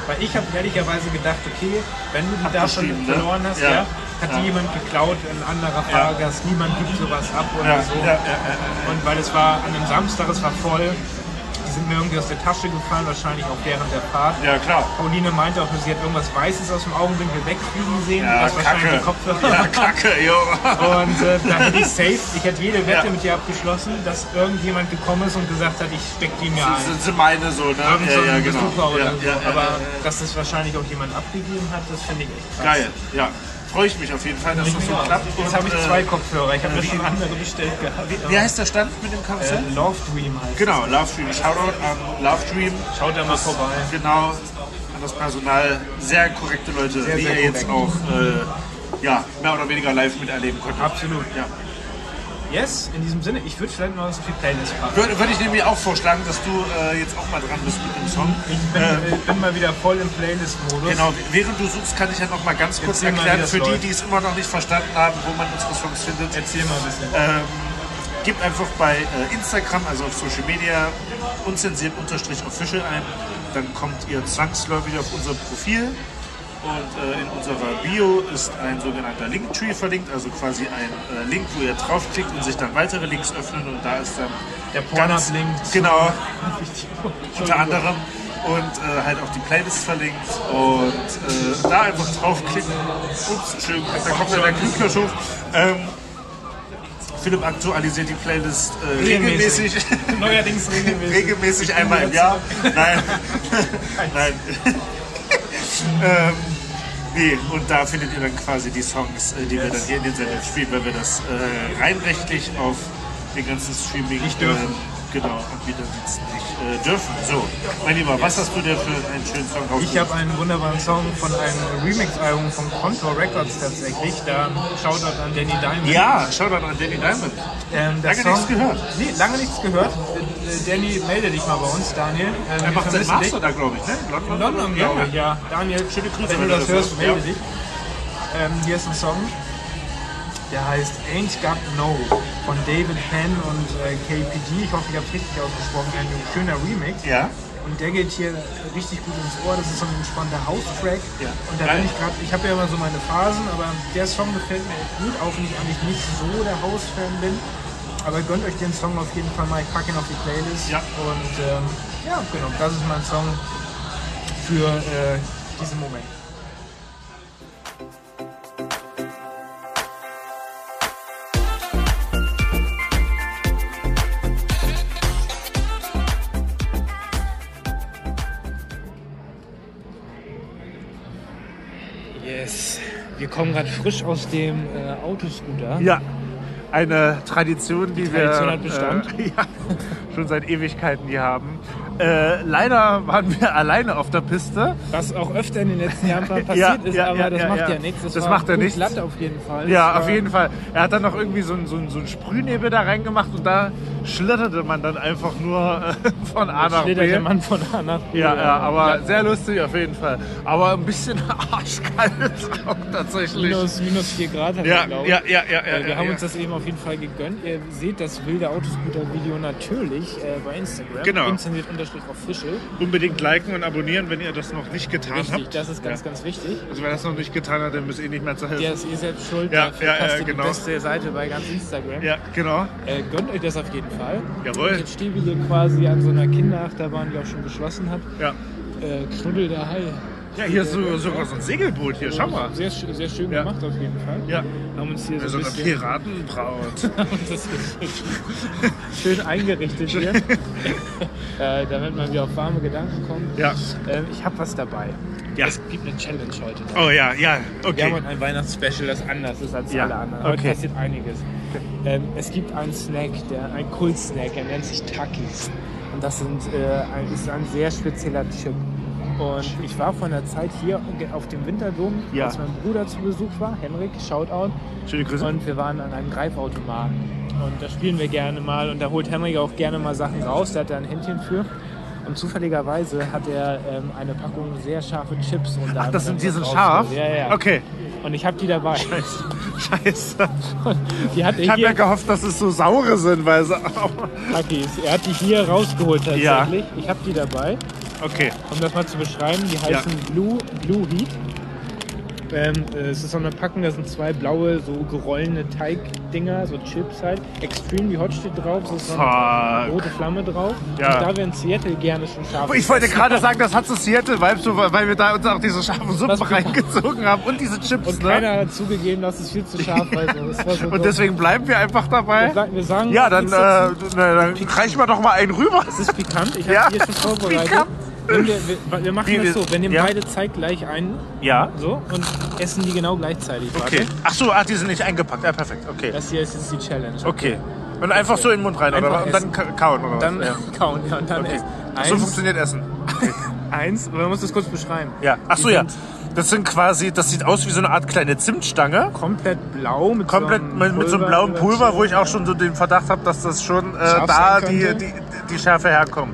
S2: Weil ich habe ehrlicherweise gedacht, okay, wenn du die da schon
S3: Abgeschrieben, ne?
S2: verloren hast,
S3: Ja.
S2: ja. hat
S3: Ja.
S2: die jemand geklaut, ein anderer
S3: Ja.
S2: Fahrgast, niemand gibt sowas ab oder
S3: Ja,
S2: so.
S3: ja, ja,
S2: Und weil es war an einem Samstag, es war voll, die sind mir irgendwie aus der Tasche gefallen, wahrscheinlich auch während der Fahrt.
S3: ja, klar.
S2: Pauline meinte auch, nur, sie hat irgendwas Weißes aus dem Augenwinkel wegfliegen sehen,
S3: Ja,
S2: was wahrscheinlich
S3: Kacke.
S2: die Kopfhörer
S3: Ja, Kacke, jo.
S2: Und äh, da hätte ich safe, ich hätte jede Wette
S3: Ja.
S2: mit ihr abgeschlossen, dass irgendjemand gekommen ist und gesagt hat, ich steck die mir
S3: Das
S2: ein.
S3: sind sie meine so, ne?
S2: Irgend so ein
S3: ja, ja, genau.
S2: Besucher oder
S3: ja,
S2: so.
S3: ja, ja,
S2: Aber
S3: ja,
S2: dass das wahrscheinlich auch jemand abgegeben hat, das finde ich echt
S3: ja.
S2: krass.
S3: geil. Ja, freue ich mich auf jeden Fall, dass das so
S2: Ja.
S3: klappt.
S2: Jetzt
S3: Und,
S2: habe ich
S3: äh,
S2: zwei Kopfhörer, ich habe mir schon andere bestellt gehabt.
S3: Wie heißt der Stand mit dem Karussell?
S2: äh, Love Dream heißt
S3: Genau, Love Dream. Shoutout an Love Dream.
S2: Schaut da mal vorbei.
S3: Genau, an das Personal. Sehr korrekte Leute,
S2: Sehr,
S3: die
S2: sehr
S3: ihr jetzt auch
S2: korrekt.
S3: äh, ja, mehr oder weniger live miterleben könnt.
S2: Absolut.
S3: Ja.
S2: Yes, in diesem Sinne, ich würde vielleicht mal was auf die Playlist packen.
S3: Würde, würde ich nämlich auch vorschlagen, dass du äh, jetzt auch mal dran bist mit dem Song.
S2: Ich bin, äh, bin mal wieder voll im Playlist-Modus.
S3: Genau, während du suchst, kann ich ja noch mal ganz kurz
S2: Erzähl mal, wie
S3: erklären,
S2: das
S3: für die,
S2: läuft.
S3: die es immer noch nicht verstanden haben, wo man unsere Songs findet.
S2: Erzähl mal ein bisschen.
S3: Ähm, gebt einfach bei äh, Instagram, also auf Social Media, unzensiert unterstrich official ein. Dann kommt ihr zwangsläufig auf unser Profil. Und äh, in unserer Bio ist ein sogenannter Linktree verlinkt, also quasi ein äh, Link, wo ihr draufklickt und sich dann weitere Links öffnen. Und da ist dann
S2: Der Pornhub-Link.
S3: ganz- Genau, unter
S2: Entschuldigung.
S3: anderem. Und äh, halt auch die Playlist verlinkt. Und äh, da einfach draufklicken. Ups, schön, da kommt ja der Glückwunsch hoch. Ähm, Philipp aktualisiert die Playlist äh, regelmäßig.
S2: Regelmäßig. Neuerdings regelmäßig.
S3: regelmäßig einmal im Jahr. Nein. Nein. ähm, nee, und da findet ihr dann quasi die Songs, äh, die wir dann hier in den Sendern spielen, weil wir das äh, rein rechtlich auf den ganzen Streaming
S2: Nicht dürfen.
S3: ähm, genau, Anbieterdiensten nicht äh, dürfen. So, mein Lieber, was hast du dir für einen schönen Song
S2: Ich habe einen wunderbaren Song von einem Remix-Album von Contour Records tatsächlich. Da Shoutout an Danny Diamond.
S3: Ja, schau dann an Danny Diamond.
S2: Ähm, der
S3: Lange
S2: Song,
S3: nichts gehört.
S2: Nee, lange nichts gehört. Äh, äh, Danny, melde dich mal bei uns, Daniel. Ähm,
S3: Er
S2: wir
S3: macht seinen
S2: vermissen dich.
S3: Master da, glaube ich, ne? In London,
S2: In London, glaube ich, ja. Daniel,
S3: Schöne Grüße,
S2: Wenn du das hörst, melde
S3: Ja.
S2: dich. Ähm, hier ist ein Song, der heißt Ain't Got No von David Penn und äh, KPD. Ich hoffe, ich habe es richtig ausgesprochen. Ein schöner Remix.
S3: Ja.
S2: Und der geht hier richtig gut ins Ohr. Das ist so ein entspannter House-Track.
S3: Ja.
S2: Und da
S3: Geil.
S2: bin ich gerade, ich habe ja immer so meine Phasen, aber der Song gefällt mir echt gut, auch wenn ich eigentlich nicht so der House-Fan bin. Aber gönnt euch den Song auf jeden Fall mal. Ich packe ihn auf die Playlist.
S3: Ja.
S2: Und ähm, ja, genau, das ist mein Song für äh, diesen Moment.
S1: Yes.
S2: Wir kommen gerade frisch aus dem äh, Autoscooter.
S3: Ja, eine Tradition, die,
S2: Tradition
S3: wir
S2: hat Bestand.
S3: Äh, ja, schon seit Ewigkeiten die haben. Äh, leider waren wir alleine auf der Piste.
S2: Was auch öfter in den letzten Jahren mal passiert
S3: Ja,
S2: ist,
S3: ja,
S2: aber
S3: ja,
S2: das
S3: ja,
S2: macht
S3: ja.
S2: ja, nichts.
S3: Das
S2: war
S3: macht ja
S2: gut
S3: nichts.
S2: glatt auf jeden Fall.
S3: Ja,
S2: Das
S3: auf
S2: war-
S3: jeden Fall. Er hat dann noch irgendwie so einen so einen- so einen Sprühnebel da reingemacht und da schlitterte man dann einfach nur äh, von A nach
S2: Schlittert
S3: B.
S2: der Mann von A nach B.
S3: Ja, ja, aber sehr lustig auf jeden Fall. Aber ein bisschen arschkalt auch tatsächlich.
S2: Minus, minus 4 Grad hat
S3: ja,
S2: er, glaube ich.
S3: ja, ja, ja, ja.
S2: Äh, wir
S3: ja,
S2: haben
S3: ja.
S2: uns das eben auf jeden Fall gegönnt. Ihr seht das wilde Autoscooter-Video natürlich äh, bei Instagram.
S3: Genau.
S2: Unzensiert unterstrich official.
S3: unbedingt liken und abonnieren, wenn ihr das noch nicht getan
S2: Richtig,
S3: habt.
S2: das ist ganz, ganz wichtig.
S3: Also wer das noch nicht getan hat, der müsst eh nicht mehr zu helfen.
S2: Der ist eh selbst schuld.
S3: Ja,
S2: dafür
S3: ja, ja,
S2: verpasst ihr
S3: genau.
S2: Die beste Seite bei ganz Instagram.
S3: Ja, genau.
S2: Äh, gönnt euch das auf jeden Fall.
S3: Jawohl.
S2: Jetzt stehen wir hier quasi an so einer Kinderachterbahn, die auch schon geschlossen hat.
S3: Ja,
S2: Äh, Knuddel der Hai.
S3: ja hier ist so, sogar so ein Segelboot hier, schau mal.
S2: Sehr, sch- sehr schön
S3: Ja.
S2: gemacht auf jeden Fall.
S3: Ja,
S2: Haben uns hier so
S3: so
S2: ein
S3: eine
S2: bisschen
S3: Piratenbraut.
S2: das ist schön eingerichtet hier, äh, damit man wieder auf warme Gedanken kommt.
S3: Ja.
S2: Ähm, ich habe was dabei.
S3: Ja.
S2: Es gibt eine Challenge heute.
S3: Oh ja, ja,
S2: Wir haben
S3: okay.
S2: heute ein Weihnachtsspecial, das anders ist als
S3: Ja,
S2: alle anderen. Heute
S3: okay.
S2: passiert einiges. Ähm, es gibt einen Snack, der, ein Kult-Snack, der nennt sich Takis. Und das sind, äh, ein, ist ein sehr spezieller Chip. Und ich war vor einer Zeit hier auf dem Winterdom,
S3: Ja.
S2: als mein Bruder zu Besuch war, Henrik, Shoutout.
S3: Schöne Grüße.
S2: Und wir waren an einem Greifautomaten. Und da spielen wir gerne mal. Und da holt Henrik auch gerne mal Sachen raus. Da hat er ein Händchen für. Und zufälligerweise hat er ähm, eine Packung sehr scharfe Chips. unter
S3: Ach,
S2: anderem
S3: das sind diese
S2: rausgeholt.
S3: scharf?
S2: Ja, ja.
S3: Okay.
S2: Und ich habe die dabei.
S3: Scheiße.
S2: Die hat
S3: Ich
S2: er
S3: habe ja
S2: hier.
S3: gehofft, dass es so saure sind, weil sie.
S2: Takis. Er hat die hier rausgeholt
S3: Ja.
S2: tatsächlich. Ich habe die dabei.
S3: Okay.
S2: Um das mal zu beschreiben, die heißen Blue, Blue Heat. Ähm, äh, es ist so eine Packung, da sind zwei blaue, so gerollene Teigdinger, so Chips halt. Extremely Hot steht drauf, es ist so eine
S3: Fuck.
S2: rote Flamme drauf.
S3: Ja.
S2: Und da wir in Seattle gerne schon scharf
S3: Ich wollte gerade sagen, das hat so Seattle Vibes, so, weil wir da uns auch diese scharfen Suppen
S2: Was-
S3: reingezogen haben und diese Chips,
S2: Und
S3: ne?
S2: keiner hat zugegeben, dass es viel zu scharf war. Also, das war so dumm.
S3: Und deswegen bleiben wir einfach
S2: wir,
S3: dabei.
S2: sagen- wir sagen,
S3: Ja, dann, äh,
S2: jetzt sitzen-
S3: na, dann reichen wir doch mal einen rüber.
S2: Es ist pikant, ich habe
S3: Ja,
S2: hier schon vorbereitet.
S3: pikant.
S2: Wenn wir, wir, wir machen
S3: Wie
S2: das
S3: wir-
S2: so, wir nehmen
S3: ja.
S2: beide zeitgleich ein
S3: Ja.
S2: so, und essen die genau gleichzeitig. Warte.
S3: Okay. Ach so, ah, die sind nicht eingepackt. Ja, perfekt. Okay.
S2: Das hier ist jetzt die Challenge.
S3: Okay. Und einfach so in den Mund rein,
S2: Einfach
S3: oder? Und dann
S2: essen.
S3: ka- kauen, oder? was?
S2: Dann
S3: ja.
S2: kauen, Also, ja, und dann
S3: Okay.
S2: essen.
S3: So
S2: Eins,
S3: funktioniert Essen.
S2: eins, man muss das kurz beschreiben.
S3: Ja. Ach so,
S2: Die
S3: ja.
S2: sind
S3: Das sind quasi, das sieht aus wie so eine Art kleine Zimtstange.
S2: Komplett blau mit
S3: Komplett
S2: so einem
S3: mit, mit so einem blauen Pulver, wo ich auch schon so den Verdacht habe, dass das schon äh,
S2: Scharf
S3: da
S2: sein
S3: die,
S2: könnte.
S3: die, die Schärfe herkommt.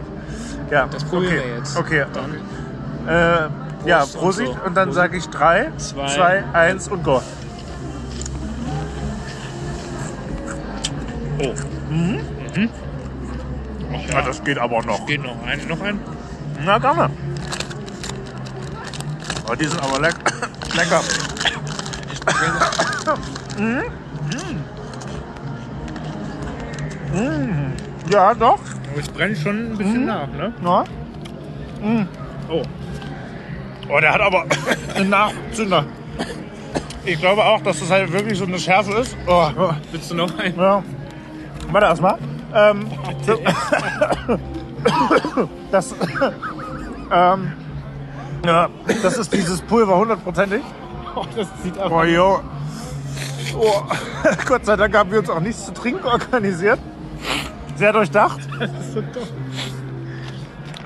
S3: Ja.
S2: Das probieren
S3: okay.
S2: wir jetzt.
S3: Okay.
S2: Dann
S3: Äh, ja,
S2: Prost und
S3: Prosit
S2: so.
S3: und dann
S2: Prosit.
S3: sage ich 3,
S2: Zwei.
S3: 2, 1 und go. Oh.
S2: Mhm.
S3: Ja, das geht aber noch.
S2: geht noch ein, noch ein.
S3: Na, kann man. Oh, die sind aber leck lecker. Mhm. Mhm. Ja, doch.
S2: Aber es brennt schon ein bisschen nach, ne?
S3: Ja.
S2: Oh.
S3: Mm. Oh, der hat aber einen Nachzünder. Ich glaube auch, dass das halt wirklich so eine Schärfe ist. Oh.
S2: Willst du noch ein?
S3: Ja. Warte erstmal. Ähm, so- das, ähm, ja, das ist dieses Pulver hundertprozentig.
S2: Oh, das sieht aber.
S3: Oh, jo. Oh, Gott sei Dank haben wir uns auch nichts zu trinken organisiert. Sehr durchdacht.
S2: haben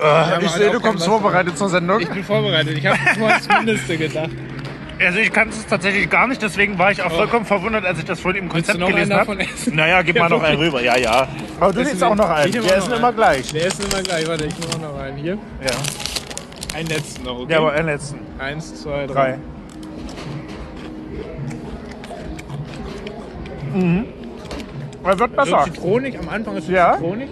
S3: ich
S2: halt
S3: sehe,
S2: auch
S3: du
S2: kein
S3: kommst
S2: Wasser.
S3: vorbereitet zur Sendung.
S2: Ich bin vorbereitet, ich habe nur ans Mindeste gedacht.
S3: Also ich kann es tatsächlich gar nicht, deswegen war ich auch vollkommen verwundert, als ich das vorhin im
S2: Oh. Willst du
S3: Konzept
S2: noch einen
S3: gelesen
S2: davon
S3: habe.
S2: essen?
S3: Naja, gib mal noch einen rüber, ja, ja. Aber du nimmst auch noch einen.
S2: Ich
S3: Wir
S2: nehme auch
S3: essen
S2: noch
S3: immer
S2: einen.
S3: gleich.
S2: Wir essen immer gleich, warte, ich nehme auch noch einen hier.
S3: Ja,
S2: Einen letzten noch, okay?
S3: ja aber einen letzten.
S2: Eins, zwei,
S3: Drei.
S2: drei.
S3: Mhm. Er wird
S2: So
S3: besser.
S2: zitronig, am Anfang ist es
S3: Ja.
S2: zitronig.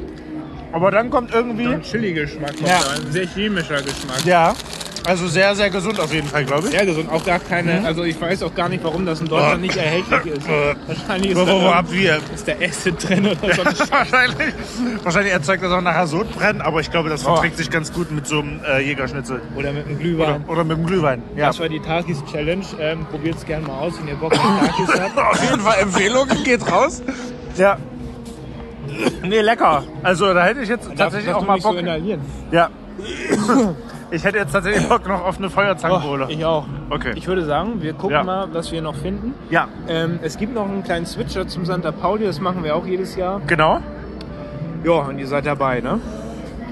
S3: Aber dann kommt irgendwie...
S2: Ein Chili-Geschmack kommt
S3: Ja.
S2: da, ein sehr chemischer Geschmack.
S3: Ja, also sehr, sehr gesund auf jeden Fall, glaube ich.
S2: Sehr gesund, auch gar keine,
S3: Mhm.
S2: also ich weiß auch gar nicht, warum das in Deutschland nicht erhältlich ist.
S3: Äh,
S2: Wahrscheinlich ist,
S3: Wo, wo, wo
S2: da,
S3: ab wir?
S2: ist der Acid drin oder so.
S3: wahrscheinlich, wahrscheinlich erzeugt das auch nachher Sodbrennen, aber ich glaube, das verträgt sich ganz gut mit so einem äh, Jägerschnitzel.
S2: Oder mit einem Glühwein.
S3: Oder mit dem Glühwein. Ja.
S2: Das war die Takis Challenge. Ähm, Probiert es gerne mal aus, wenn ihr Bock auf Takis habt.
S3: Auf jeden Fall Empfehlung, geht raus. Ja. Nee, lecker. Also da hätte ich jetzt
S2: Darf-
S3: tatsächlich
S2: darf
S3: auch
S2: du
S3: mal
S2: nicht
S3: Bock.
S2: So inhalieren.
S3: ja. Ich hätte jetzt tatsächlich Bock noch auf eine Feuerzangenbowle.
S2: Oh, ich auch.
S3: Oh, Okay.
S2: Ich würde sagen, wir gucken
S3: Ja.
S2: mal, was wir noch finden.
S3: ja,
S2: Ähm, es gibt noch einen kleinen Switcher zum Santa Pauli, das machen wir auch jedes Jahr.
S3: genau.
S2: Ja, und ihr seid dabei, ne?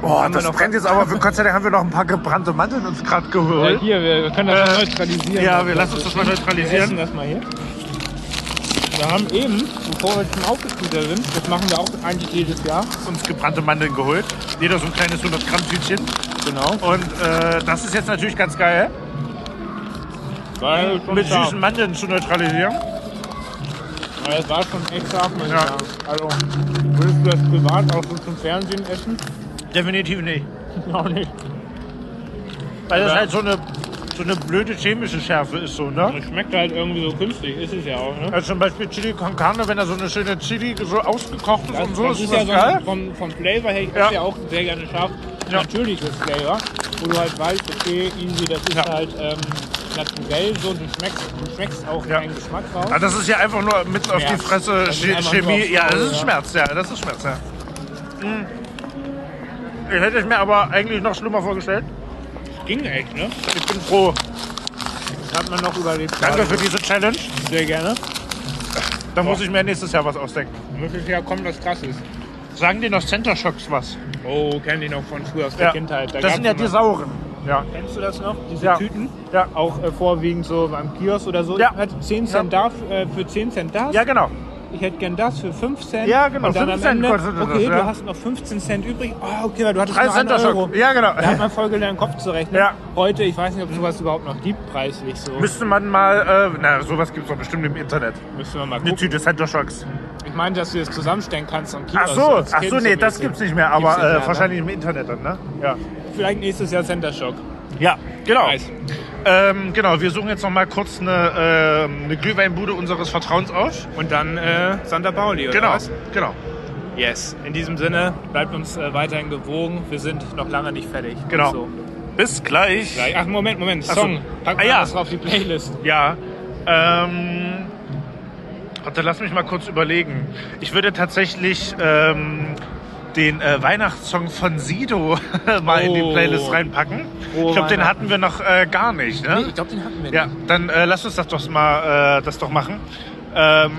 S3: Oh, das
S2: wir noch-
S3: brennt jetzt aber. Gott sei Dank haben wir noch ein paar gebrannte Mandeln uns gerade
S2: Ja,
S3: geholt.
S2: hier, wir können das mal neutralisieren.
S3: Äh, Ja, wir lassen uns das mal
S2: Wir essen
S3: neutralisieren.
S2: das mal hier. Wir haben eben, bevor wir zum Aufgeklüter sind, das machen wir auch eigentlich jedes Jahr.
S3: Uns gebrannte Mandeln geholt. Jeder so ein kleines 100 Gramm Tütchen.
S2: Genau.
S3: Und äh, das ist jetzt natürlich ganz geil,
S2: Weil schon
S3: mit
S2: scharf.
S3: süßen Mandeln zu neutralisieren.
S2: Aber das war schon echt scharf, muss ich
S3: Ja.
S2: sagen. Also, würdest du das privat auch so zum Fernsehen essen?
S3: Definitiv nicht.
S2: Auch nicht.
S3: Weil das
S2: Ja.
S3: halt so eine, so eine blöde chemische Schärfe ist, so, ne?
S2: Das schmeckt halt irgendwie so künstlich, ist es ja auch, ne?
S3: Also zum Beispiel Chili con Carne, wenn da so eine schöne Chili so ausgekocht ist und so,
S2: das
S3: ist
S2: ja
S3: das geil.
S2: vom, vom Flavor her, ich esse
S3: Ja.
S2: ja auch sehr gerne scharf,
S3: Ja.
S2: natürliches Flavor, wo du halt weißt, okay, easy, das ist
S3: Ja.
S2: halt ähm, naturell so, du schmeckst, du schmeckst auch
S3: Ja.
S2: deinen Geschmack raus.
S3: Ah, das ist ja einfach nur mit auf die
S2: Schmerz.
S3: Fresse
S2: Das ist
S3: Che-
S2: einfach nur
S3: Chemie.
S2: aufs
S3: Ja, das
S2: Auge,
S3: ist
S2: ja.
S3: Schmerz, ja, das ist Schmerz, ja. Mm. Ich hätte es mir aber eigentlich noch schlimmer vorgestellt.
S2: ging echt, ne?
S3: Ich bin froh.
S2: Das hat man noch überlebt.
S3: Danke
S2: Also,
S3: für diese Challenge.
S2: Sehr gerne.
S3: Da muss ich mir nächstes Jahr was ausdenken.
S2: Möglichst ja kommen, dass krass ist.
S3: Sagen dir noch Center Shocks was?
S2: Oh, kenn ich noch von früher aus der Kindheit. Da
S3: das
S2: gab's
S3: sind ja
S2: immer-
S3: die sauren. Ja.
S2: Kennst du das noch? Diese
S3: Ja.
S2: Tüten?
S3: Ja.
S2: Auch äh, vorwiegend so beim Kiosk oder so.
S3: Ja.
S2: Ich hätte 10 Cent
S3: Ja.
S2: darf, äh, für 10 Cent das.
S3: ja, genau.
S2: Ich hätte gern das für 5 Cent.
S3: Ja, genau,
S2: Und dann
S3: 5
S2: am
S3: Cent
S2: Ende,
S3: kostet das,
S2: Okay,
S3: ja.
S2: du hast noch 15 Cent übrig. Ah, okay, weil du hattest
S3: Drei
S2: noch einen
S3: Cent der
S2: Euro.
S3: Schock. Ja, genau.
S2: Da hat man voll gelernt, Kopf zu rechnen.
S3: Ja.
S2: Heute, ich weiß nicht, ob sowas überhaupt noch gibt, preislich so.
S3: Müsste man mal, äh, na, sowas gibt es doch bestimmt im Internet.
S2: Müssen wir mal
S3: Eine Tüte Center Shocks.
S2: Ich meine, dass du das zusammenstellen kannst am Kiosk.
S3: Ach so,
S2: als
S3: ach
S2: Kind
S3: so, nee, das
S2: mäßig.
S3: gibt's nicht mehr, aber
S2: Gibt's nicht mehr,
S3: äh,
S2: ne?
S3: wahrscheinlich im Internet dann, ne? Ja.
S2: Vielleicht nächstes Jahr Center Shock.
S3: Ja, genau.
S2: Nice.
S3: Ähm, genau, wir suchen jetzt noch mal kurz eine, ähm, eine Glühweinbude unseres Vertrauens auf.
S2: Und dann äh, Santa Pauli, oder
S3: Genau,
S2: was?
S3: genau,
S2: Yes. In diesem Sinne, bleibt uns äh, weiterhin gewogen. Wir sind noch lange nicht fertig.
S3: genau.
S2: So.
S3: Bis gleich.
S2: Gleich- Ach, Moment, Moment.
S3: Ach so.
S2: Song. Pack mal
S3: Ah, ja.
S2: das auf die Playlist.
S3: Ja. Ähm, warte, lass mich mal kurz überlegen. Ich würde tatsächlich ähm, den äh, Weihnachtssong von Sido mal in die
S2: Oh.
S3: Playlist reinpacken.
S2: Oh,
S3: ich glaube, den
S2: Weihnachten.
S3: hatten wir noch äh, gar nicht, ne?
S2: Nee, ich glaube, den hatten wir
S3: Ja, dann äh, lass uns das doch mal äh, das doch machen. Ähm,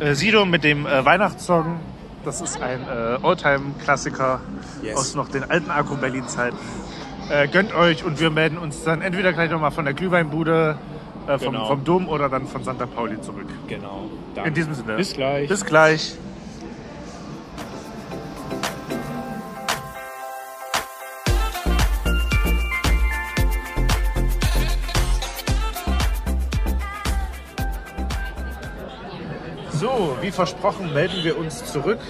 S3: äh, Sido mit dem äh, Weihnachtssong. Das ist ein äh, Oldtime-Klassiker aus noch den alten Akku Berlin-Zeiten. Äh, gönnt euch und wir melden uns dann entweder gleich nochmal von der Glühweinbude, äh, vom,
S2: Genau.
S3: vom Dom oder dann von Santa Pauli zurück.
S2: Genau. Dann.
S3: In diesem Sinne.
S2: Bis gleich.
S3: Bis gleich. So, wie versprochen, melden wir uns zurück.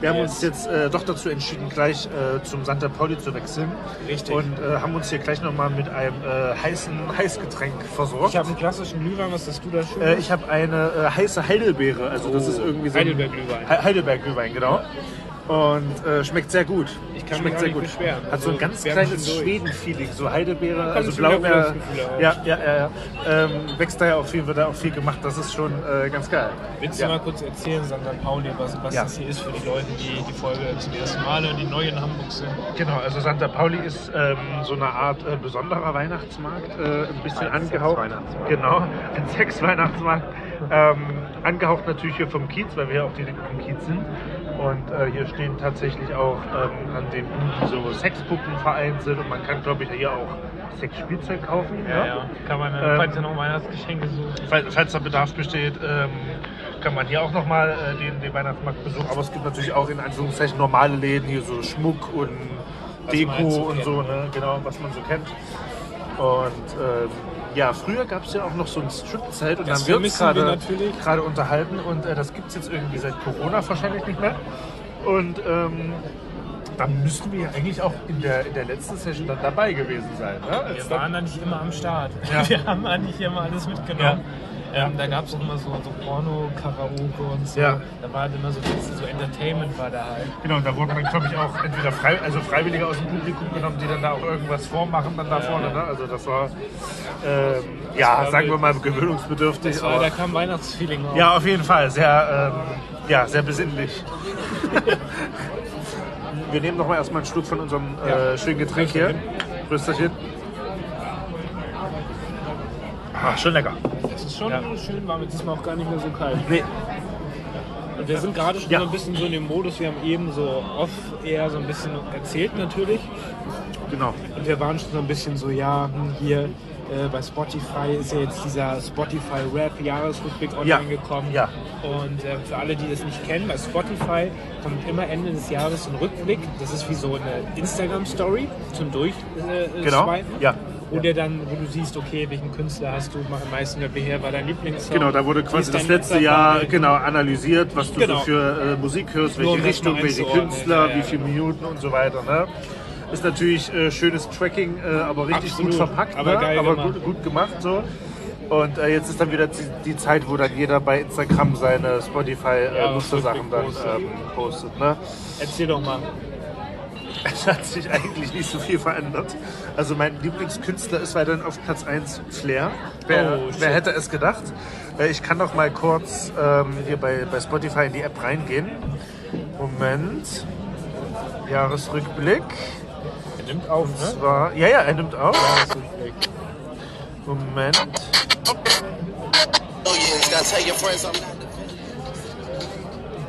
S3: Wir haben
S2: Yes.
S3: uns jetzt äh, doch dazu entschieden, gleich äh, zum Santa Pauli zu wechseln.
S2: Richtig.
S3: Und äh, haben uns hier gleich nochmal mit einem äh, heißen Heißgetränk versorgt.
S2: Ich habe einen klassischen Glühwein, was hast du da schön?
S3: Äh, ich habe eine äh, heiße Heidelbeere. Also das
S2: Oh,
S3: ist irgendwie so ein-
S2: Heidelberg-Glühwein.
S3: He Heidelberg-Glühwein, genau. Und äh, schmeckt sehr gut.
S2: Ich kann mich
S3: schmeckt
S2: auch nicht beschweren.
S3: Hat so
S2: Also,
S3: ein ganz
S2: wir haben
S3: kleines
S2: schon durch.
S3: Schweden-Feeling. So Heidelbeere, also
S2: ich schon wieder
S3: Blaubeer.
S2: Frühlingsgefühle haben.
S3: Ja, ja, ja. ja. Ähm, wächst da ja auch viel, wird da auch viel gemacht. Das ist schon äh, ganz geil.
S2: Willst
S3: ja.
S2: du mal kurz erzählen, Santa Pauli, was, was
S3: Ja.
S2: das hier ist für die Leute, die die Folge zum ersten Mal und die neu in Hamburg sind?
S3: Genau, also Santa Pauli ist ähm, so eine Art äh, besonderer Weihnachtsmarkt, äh, ein bisschen angehaucht. Genau, ein Sexweihnachtsmarkt. Ähm, angehaucht natürlich hier vom Kiez, weil wir ja auch direkt vom Kiez sind. Und äh, hier stehen tatsächlich auch ähm, an den Buden so Sexpuppen vereint sind und man kann, glaube ich, hier auch Sexspielzeug kaufen. ne?
S2: Kann man,
S3: Ähm, falls ihr
S2: noch Weihnachtsgeschenke sucht.
S3: falls, falls da Bedarf besteht, ähm, kann man hier auch nochmal äh, den, den Weihnachtsmarkt besuchen. Aber es gibt natürlich auch in Anführungszeichen normale Läden, hier so Schmuck und
S2: Was
S3: Deko
S2: man halt so
S3: und
S2: kennt.
S3: so, ne? genau, was man so kennt. Und ähm, ja, früher gab es ja auch noch so ein Stripzelt und
S2: Das
S3: dann haben wir uns
S2: vermissen wir
S3: gerade
S2: natürlich.
S3: gerade unterhalten und äh, das gibt es jetzt irgendwie seit Corona wahrscheinlich nicht mehr. Und ähm, dann müssten wir ja eigentlich auch in der, in der letzten Session dann dabei gewesen sein. Ne?
S2: Wir
S3: Als dann-
S2: waren eigentlich immer am Start.
S3: Ja.
S2: Wir haben eigentlich immer alles mitgenommen. Ähm, da gab es immer so, so Porno, Karaoke und so.
S3: Ja.
S2: Da war halt immer so, so Entertainment war da halt.
S3: Genau, da wurden dann, glaube ich, auch entweder frei, also Freiwillige aus dem Publikum genommen, die dann da auch irgendwas vormachen dann da vorne. Ne? Also das war, ähm, ja,
S2: war
S3: sagen wir
S2: wild.
S3: mal, gewöhnungsbedürftig.
S2: Das war,
S3: aber,
S2: da kam Weihnachtsfeeling auf.
S3: ja, auf jeden Fall, sehr, ähm, ja, sehr besinnlich. wir nehmen noch mal erstmal einen Schluck von unserem äh, schönen Getränk hier. Prösterchen. Ah, schon lecker.
S2: Es ist schon
S3: Ja.
S2: schön warm, jetzt ist mir auch gar nicht mehr so kalt.
S3: Nee,
S2: Und wir sind gerade schon
S3: Ja.
S2: so ein bisschen so in dem Modus, wir haben eben so off eher so ein bisschen erzählt natürlich.
S3: genau.
S2: Und wir waren schon so ein bisschen so, ja, hm, hier äh, bei Spotify ist ja jetzt dieser Spotify Rap Jahresrückblick online
S3: Ja,
S2: gekommen.
S3: ja.
S2: Und äh, für alle, die das nicht kennen, bei Spotify kommt immer Ende des Jahres ein Rückblick. Das ist wie so eine Instagram Story zum Durchswipen. Äh,
S3: Genau,
S2: swipen.
S3: ja.
S2: Wo dir dann, wo du siehst, okay, welchen Künstler hast du, mach am meisten Werbung her, war dein Lieblingssong.
S3: Genau, da wurde
S2: Wie
S3: quasi
S2: ist
S3: das
S2: dein
S3: letzte
S2: letzter
S3: Jahr
S2: Favorite?
S3: genau analysiert, was du
S2: Genau.
S3: so für äh, Musik hörst,
S2: Nur um
S3: welche
S2: das mal
S3: Richtung, welche
S2: einzuordnen,
S3: Künstler,
S2: ja, ja,
S3: wie viele
S2: genau.
S3: Minuten und so weiter. Ne? Ist natürlich äh, schönes Tracking, äh, aber richtig
S2: Absolut.
S3: gut verpackt,
S2: Aber
S3: ne?
S2: geil
S3: aber
S2: gemacht.
S3: gut, gut gemacht so. Und äh, jetzt ist dann wieder die, die Zeit, wo dann jeder bei Instagram seine
S2: Ja,
S3: Spotify-Mustersachen dann
S2: Rückblick
S3: ähm, postet. Ne?
S2: Erzähl doch mal.
S3: Es hat sich eigentlich nicht so viel verändert. Also mein Lieblingskünstler ist weiterhin auf Platz 1 Flair. Wer,
S2: Oh, shit.
S3: wer hätte es gedacht? Äh, Ich kann noch mal kurz ähm, hier bei, bei Spotify in die App reingehen. Moment. Jahresrückblick.
S2: Er nimmt auf, ne?
S3: Das war, ja, ja, er nimmt auf.
S2: Jahresrückblick.
S3: Moment.
S5: Oh yeah, gotta tell your friends I'm not.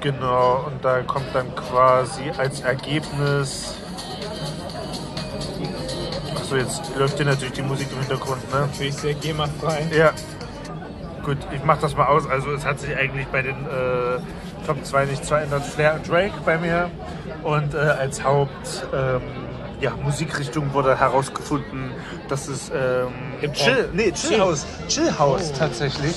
S3: Genau, und da kommt dann quasi als Ergebnis. Achso, jetzt läuft hier natürlich die Musik im Hintergrund, ne?
S2: Natürlich sehr GEMA-frei.
S3: Ja. Gut, ich mach das mal aus. Also es hat sich eigentlich bei den äh, Top 2 nichts verändert. Flair und Drake bei mir. Und äh, als Haupt ähm, ja, Musikrichtung wurde herausgefunden, dass es ähm,
S2: Hip-Hop.
S3: Chill, nee, Chill House, Chill
S2: Oh.
S3: House tatsächlich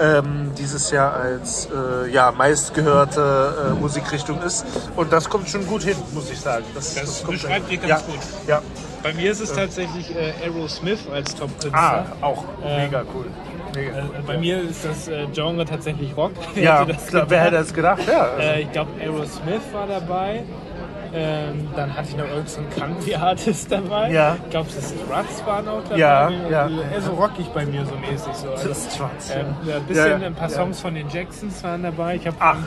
S3: ähm, dieses Jahr als äh, ja, meistgehörte äh, Musikrichtung ist. Und das kommt schon gut hin, muss ich sagen. Das,
S2: Das
S3: kommt
S2: beschreibt
S3: eigentlich-
S2: ihr ganz
S3: ja,
S2: gut.
S3: Ja,
S2: Bei mir ist es tatsächlich äh, Aerosmith als Top-Künstler.
S3: ah, auch
S2: Ähm,
S3: mega cool. Mega
S2: Äh,
S3: cool.
S2: Bei mir ist das äh, Genre tatsächlich Rock. Wer
S3: Ja,
S2: hätte das
S3: klar, wer
S2: gedacht?
S3: hätte das gedacht? Ja, also,
S2: Äh, ich glaube, Aerosmith war dabei. Ähm, dann hatte ich noch irgendeinen Country-Artist dabei.
S3: Ja.
S2: Ich glaube, das Struts waren auch dabei.
S3: Ja,
S2: Äh,
S3: ja.
S2: Eher so rockig bei mir so mäßig. So. Also,
S3: Struts,
S2: ähm,
S3: ja.
S2: ein bisschen
S3: Ja,
S2: ein paar
S3: ja.
S2: Songs von den Jacksons waren dabei. Ich habe
S3: Ach.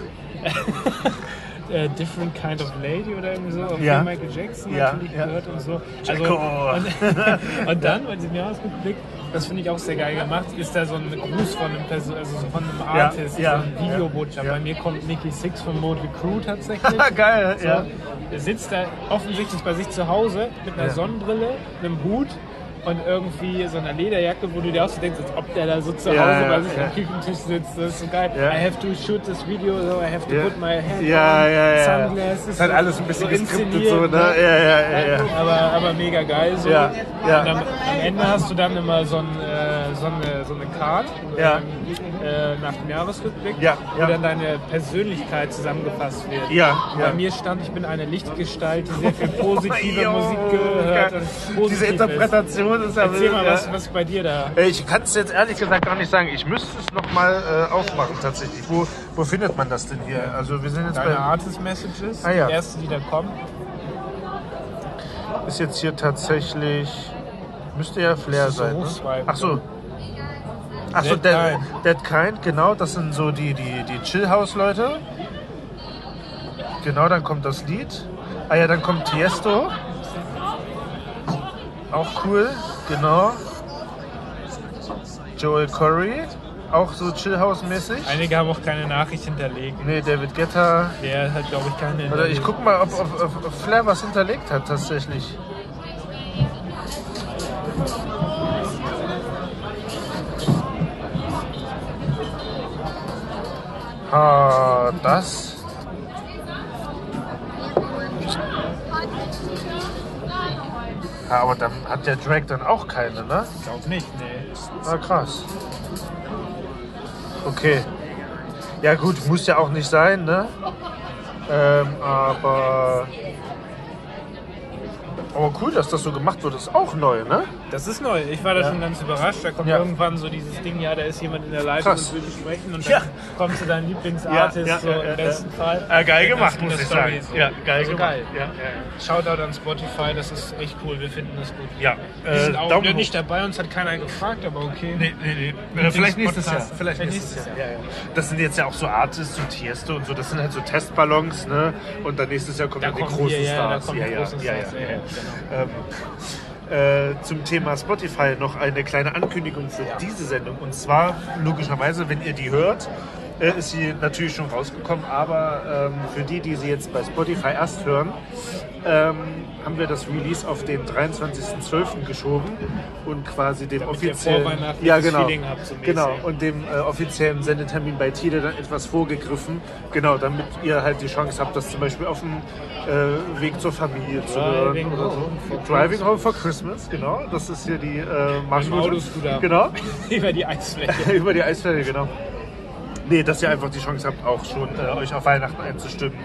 S2: äh, Different Kind of Lady oder irgendwie so, auf
S3: Ja.
S2: den Michael Jackson
S3: Ja,
S2: natürlich
S3: ja.
S2: gehört und so. Also,
S3: Jacko.
S2: und, und dann bei diesem Jahresrückblick, das finde ich auch sehr geil gemacht, ist da so ein Gruß von einem, Perso also so von einem
S3: Ja,
S2: Artist,
S3: ja,
S2: so ein Videobotschaft.
S3: ja.
S2: Bei mir kommt Nicky Six von Motley Crew tatsächlich.
S3: Geil,
S2: So,
S3: ja.
S2: Er sitzt da offensichtlich bei sich zu Hause mit einer
S3: Ja.
S2: Sonnenbrille, einem Hut und irgendwie so einer Lederjacke, wo du dir auch so denkst, als ob der da so zu Hause
S3: Ja, ja,
S2: bei sich
S3: ja.
S2: am Küchentisch sitzt. Das ist so geil.
S3: Ja.
S2: I have to shoot this video, so I have to
S3: Ja.
S2: put my hand on,
S3: Ja, ja, ja.
S2: sunglasses.
S3: Ist halt alles ein bisschen geskriptet
S2: inszeniert, Also,
S3: so, ne? Ja, ja, ja, ja.
S2: Aber, aber mega geil so.
S3: Ja, ja.
S2: Und am, am Ende hast du dann immer so, ein, äh, so eine, so eine Card
S3: Ja.
S2: äh, nach dem Jahresrückblick,
S3: Ja,
S2: wo
S3: ja.
S2: dann deine Persönlichkeit zusammengefasst wird.
S3: Ja,
S2: Bei
S3: ja.
S2: mir stand, ich bin eine Lichtgestalt, die sehr viel positive
S3: Jo,
S2: Musik gehört.
S3: geil.
S2: und positiv
S3: Diese Interpretation ist
S2: Ist.
S3: ja
S2: Erzähl mal,
S3: ja.
S2: was, was bei dir da?
S3: Äh, Ich kann es jetzt ehrlich gesagt gar nicht sagen. Ich müsste es nochmal äh, aufmachen tatsächlich. Wo, wo findet man das denn hier? Also wir sind jetzt
S2: Deine
S3: bei.
S2: Artist Messages,
S3: Ah, ja.
S2: die ersten, die da kommen.
S3: Ist jetzt hier tatsächlich. Müsste ja Flair
S2: Das ist so
S3: sein. Ne?
S2: hochswipen.
S3: Ach so. Ach so,
S2: Dead
S3: Dead, Dead Kind, genau. Das sind so die, die, die Chillhouse-Leute. Genau, dann kommt das Lied. Ah ja, dann kommt Tiesto. Auch cool, genau. Joel Corey, auch so Chillhouse-mäßig.
S2: Einige haben auch keine Nachricht hinterlegt.
S3: Nee, David Guetta.
S2: Der hat, glaube ich, keine.
S3: Oder
S2: hinterlegt.
S3: ich guck mal, ob, ob, ob, ob Flair was hinterlegt hat tatsächlich. Ah, das. Ja, aber dann hat der Drake dann auch keine, ne?
S2: Ich glaube nicht, nee.
S3: Ah, krass. Okay. Ja gut, muss ja auch nicht sein, ne? Ähm, aber... Aber cool, dass das so gemacht wird, ist auch neu, ne?
S2: Das ist neu. Ich war da schon ganz überrascht. Da kommt
S3: Ja.
S2: irgendwann so dieses Ding, ja, da ist jemand in der Leitung
S3: Krass.
S2: und will dich sprechen. Und
S3: Ja.
S2: dann kommt zu deinem Lieblingsartist,
S3: Ja, ja,
S2: so
S3: ja, ja,
S2: im besten Fall. Das
S3: Äh,
S2: ist eine Story so. also geil. Shoutout an Spotify, das ist echt cool. Wir finden das gut.
S3: Ja,
S2: Wir sind
S3: äh,
S2: auch
S3: Daumen
S2: blöd
S3: hoch.
S2: nicht dabei, uns hat keiner gefragt, aber okay.
S3: Nee, nee, nee. Äh, vielleicht nächstes Jahr.
S2: Podcast.
S3: Vielleicht
S2: Vielleicht
S3: nächstes
S2: nächstes
S3: Jahr. Ja, ja. Das sind jetzt ja auch so Artists, so Tiesto und so. Das sind halt so Testballons, ne? Und dann nächstes Jahr kommen
S2: Da
S3: dann die
S2: kommen
S3: großen
S2: wir, ja, genau. ja, da
S3: Stars.
S2: kommen die großen Stars, ja, ja,
S3: Ähm, äh, zum Thema Spotify noch eine kleine Ankündigung für diese Sendung. Und zwar, logischerweise, wenn ihr die hört, äh, ist sie natürlich schon rausgekommen. Aber ähm, für die, die sie jetzt bei Spotify erst hören, ähm, haben wir das Release auf den 23.12. geschoben und quasi dem offiziellen
S2: vorweihnachtliches
S3: ja genau
S2: Feeling habt, so mäßig.
S3: genau und dem äh, offiziellen Sendetermin bei Tide dann etwas vorgegriffen genau damit ihr halt die Chance habt das zum Beispiel auf dem äh, Weg zur Familie zu
S2: Äh, Driving
S3: hören oder so
S2: Home for
S3: Äh, Driving Home for Christmas genau das ist hier die äh,
S2: Autoscooter.
S3: genau
S2: über die Eisfläche.
S3: über die Eisfläche, genau. Nee, dass ihr einfach die Chance habt, auch schon äh, euch auf Weihnachten einzustimmen.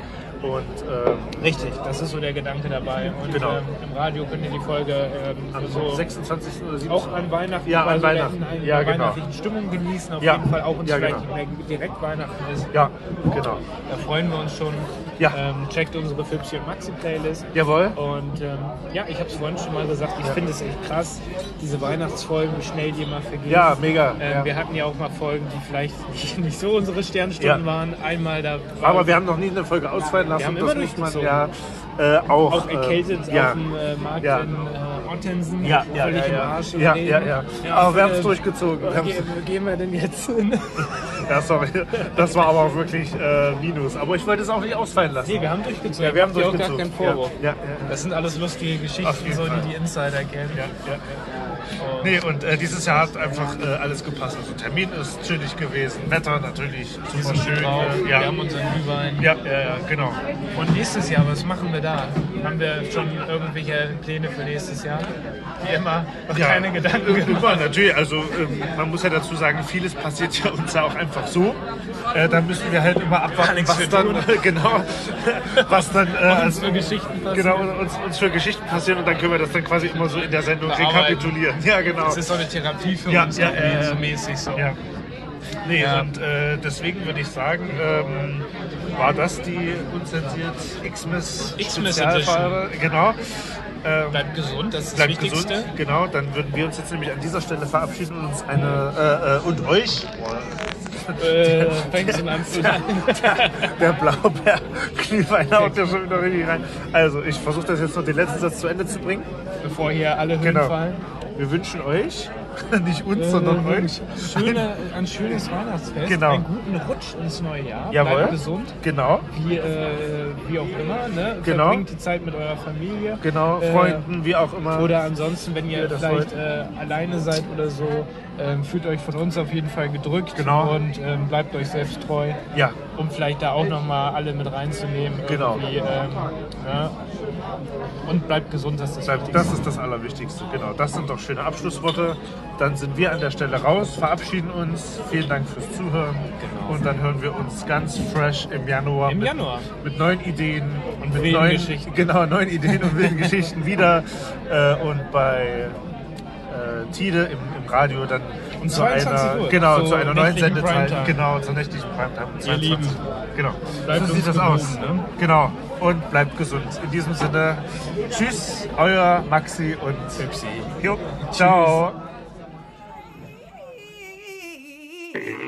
S3: Und ähm,
S2: Richtig, das ist so der Gedanke dabei. Und
S3: Genau.
S2: ähm, im Radio könnt ihr die Folge ähm,
S3: am
S2: so
S3: 26. oder 27.
S2: auch an Weihnachten,
S3: Ja, an
S2: also
S3: Weihnachten.
S2: in einer
S3: Ja, genau.
S2: weihnachtlichen Stimmung genießen, auf
S3: Ja.
S2: jeden Fall auch uns
S3: Ja,
S2: vielleicht
S3: genau.
S2: wenn direkt Weihnachten ist.
S3: Ja, genau.
S2: Da freuen wir uns schon.
S3: Ja.
S2: Ähm, checkt unsere Fipsi und Maxi Playlist.
S3: Jawohl.
S2: Und ähm, ja, ich habe es vorhin schon mal gesagt, ich finde es echt krass, diese Weihnachtsfolgen, wie schnell die immer vergehen.
S3: Ja, mega.
S2: Ähm,
S3: ja.
S2: Wir hatten ja auch mal Folgen, die vielleicht nicht, nicht so unsere Sternstunden
S3: Ja.
S2: waren. Einmal da war
S3: Aber wir haben noch nie eine Folge ausfallen lassen.
S2: haben
S3: das
S2: immer
S3: muss man
S2: durchgezogen.
S3: ja äh, auch.
S2: auch
S3: äh,
S2: erkältet
S3: ja.
S2: auf dem äh, Markt
S3: Ja.
S2: in äh, Ottensen,
S3: Ja, ja,
S2: völlig
S3: ja,
S2: im
S3: ja.
S2: Arsch.
S3: Ja, ja, ja. Aber wir haben's
S2: äh,
S3: durchgezogen. Wir
S2: Wo
S3: haben's-
S2: ge wo gehen wir denn jetzt hin?
S3: Ja, sorry. Das war aber auch wirklich äh, Minus. Aber ich wollte es auch nicht ausfallen lassen.
S2: nee, wir haben durchgezogen.
S3: ja, wir haben
S2: Habt ihr
S3: durchgezogen.
S2: auch gar keinen Vorwurf.
S3: Ja, ja, ja.
S2: Das sind alles lustige
S3: Auf
S2: Geschichten,
S3: jeden
S2: so,
S3: Fall.
S2: die die Insider kennen.
S3: ja, ja. Nee, und äh, dieses Jahr hat einfach äh, alles gepasst. Also Termin ist chillig gewesen, Wetter natürlich super
S2: sind
S3: schön.
S2: drauf,
S3: äh,
S2: wir haben unseren Glühwein.
S3: ja, ja, ja, genau.
S2: Und nächstes Jahr, was machen wir da? Haben wir schon irgendwelche Pläne für nächstes Jahr? Wie immer, noch
S3: Ja,
S2: keine Gedanken gemacht.
S3: Immer, natürlich. Also ähm, man muss ja dazu sagen, vieles passiert ja uns ja auch einfach so. Äh, da müssen wir halt immer abwarten,
S2: nichts
S3: was
S2: für
S3: dann, genau, was dann äh, also,
S2: für Geschichten passieren.
S3: genau, uns, uns für Geschichten passieren und dann können wir das dann quasi immer so in der Sendung
S2: Bearbeiten.
S3: rekapitulieren. Ja, genau.
S2: Das ist so eine Therapie für
S3: Ja,
S2: uns,
S3: ja,
S2: irgendwie
S3: ja, ja.
S2: so mäßig so.
S3: Ja. Nee,
S2: Ja.
S3: und äh, deswegen würde ich sagen, ähm, war das die unzensiert Xmas
S2: Xmas
S3: Spezialfolge. Genau. Ähm,
S2: Bleibt gesund, das ist das
S3: bleibt
S2: Wichtigste.
S3: gesund. Genau, dann würden wir uns jetzt nämlich an dieser Stelle verabschieden und uns eine äh, äh, und euch
S2: Äh, fängt schon an zu
S3: der Blaubeer Glühwein haut ja schon wieder richtig rein. Also ich versuche das jetzt noch den letzten Satz zu Ende zu bringen.
S2: bevor hier alle Höhen
S3: Genau.
S2: fallen.
S3: Wir wünschen euch nicht uns, sondern
S2: Äh,
S3: euch.
S2: Schöne, ein schönes Weihnachtsfest,
S3: Genau.
S2: einen guten Rutsch ins neue Jahr,
S3: Jawohl.
S2: bleibt gesund,
S3: Genau.
S2: wie, äh, wie auch immer, ne?
S3: Genau.
S2: verbringt die Zeit mit eurer Familie.
S3: Genau,
S2: Äh,
S3: Freunden, wie auch immer.
S2: Oder ansonsten, wenn ihr
S3: Ja, das
S2: vielleicht
S3: wollt.
S2: äh, alleine seid oder so, ähm, fühlt euch von uns auf jeden Fall gedrückt
S3: Genau.
S2: und ähm, bleibt euch selbst treu,
S3: ja,
S2: um vielleicht da auch nochmal alle mit reinzunehmen.
S3: Genau.
S2: irgendwie, Ähm, ja. Und bleibt gesund, das ist das
S3: Bleibt-
S2: Wichtigste.
S3: Das ist das Allerwichtigste, genau. Das sind doch schöne Abschlussworte. Dann sind wir an der Stelle raus, verabschieden uns. Vielen Dank fürs Zuhören. Und dann hören wir uns ganz fresh im Januar.
S2: Genau. Im
S3: mit,
S2: Januar.
S3: Mit neuen Ideen und mit
S2: wilden
S3: neuen
S2: Geschichten.
S3: Genau, neuen Ideen und wilden Geschichten wieder. Äh, und bei äh, Tide im, im Radio dann
S2: Um
S3: zu
S2: 22
S3: einer,
S2: Uhr,
S3: genau,
S2: zur
S3: zu einer neuen
S2: nächtlichen
S3: Sendezeit.
S2: Primetime.
S3: Genau, zur nächtlichen Primetime. um
S2: Ihr Lieben,
S3: 22 Uhr. Genau.
S2: bleibt
S3: so sieht
S2: uns
S3: das aus.
S2: gewogen, ne?
S3: Genau. Und bleibt gesund. In diesem Sinne, tschüss, euer Maxi und Pepsi. Jo, ciao.
S6: Thank you.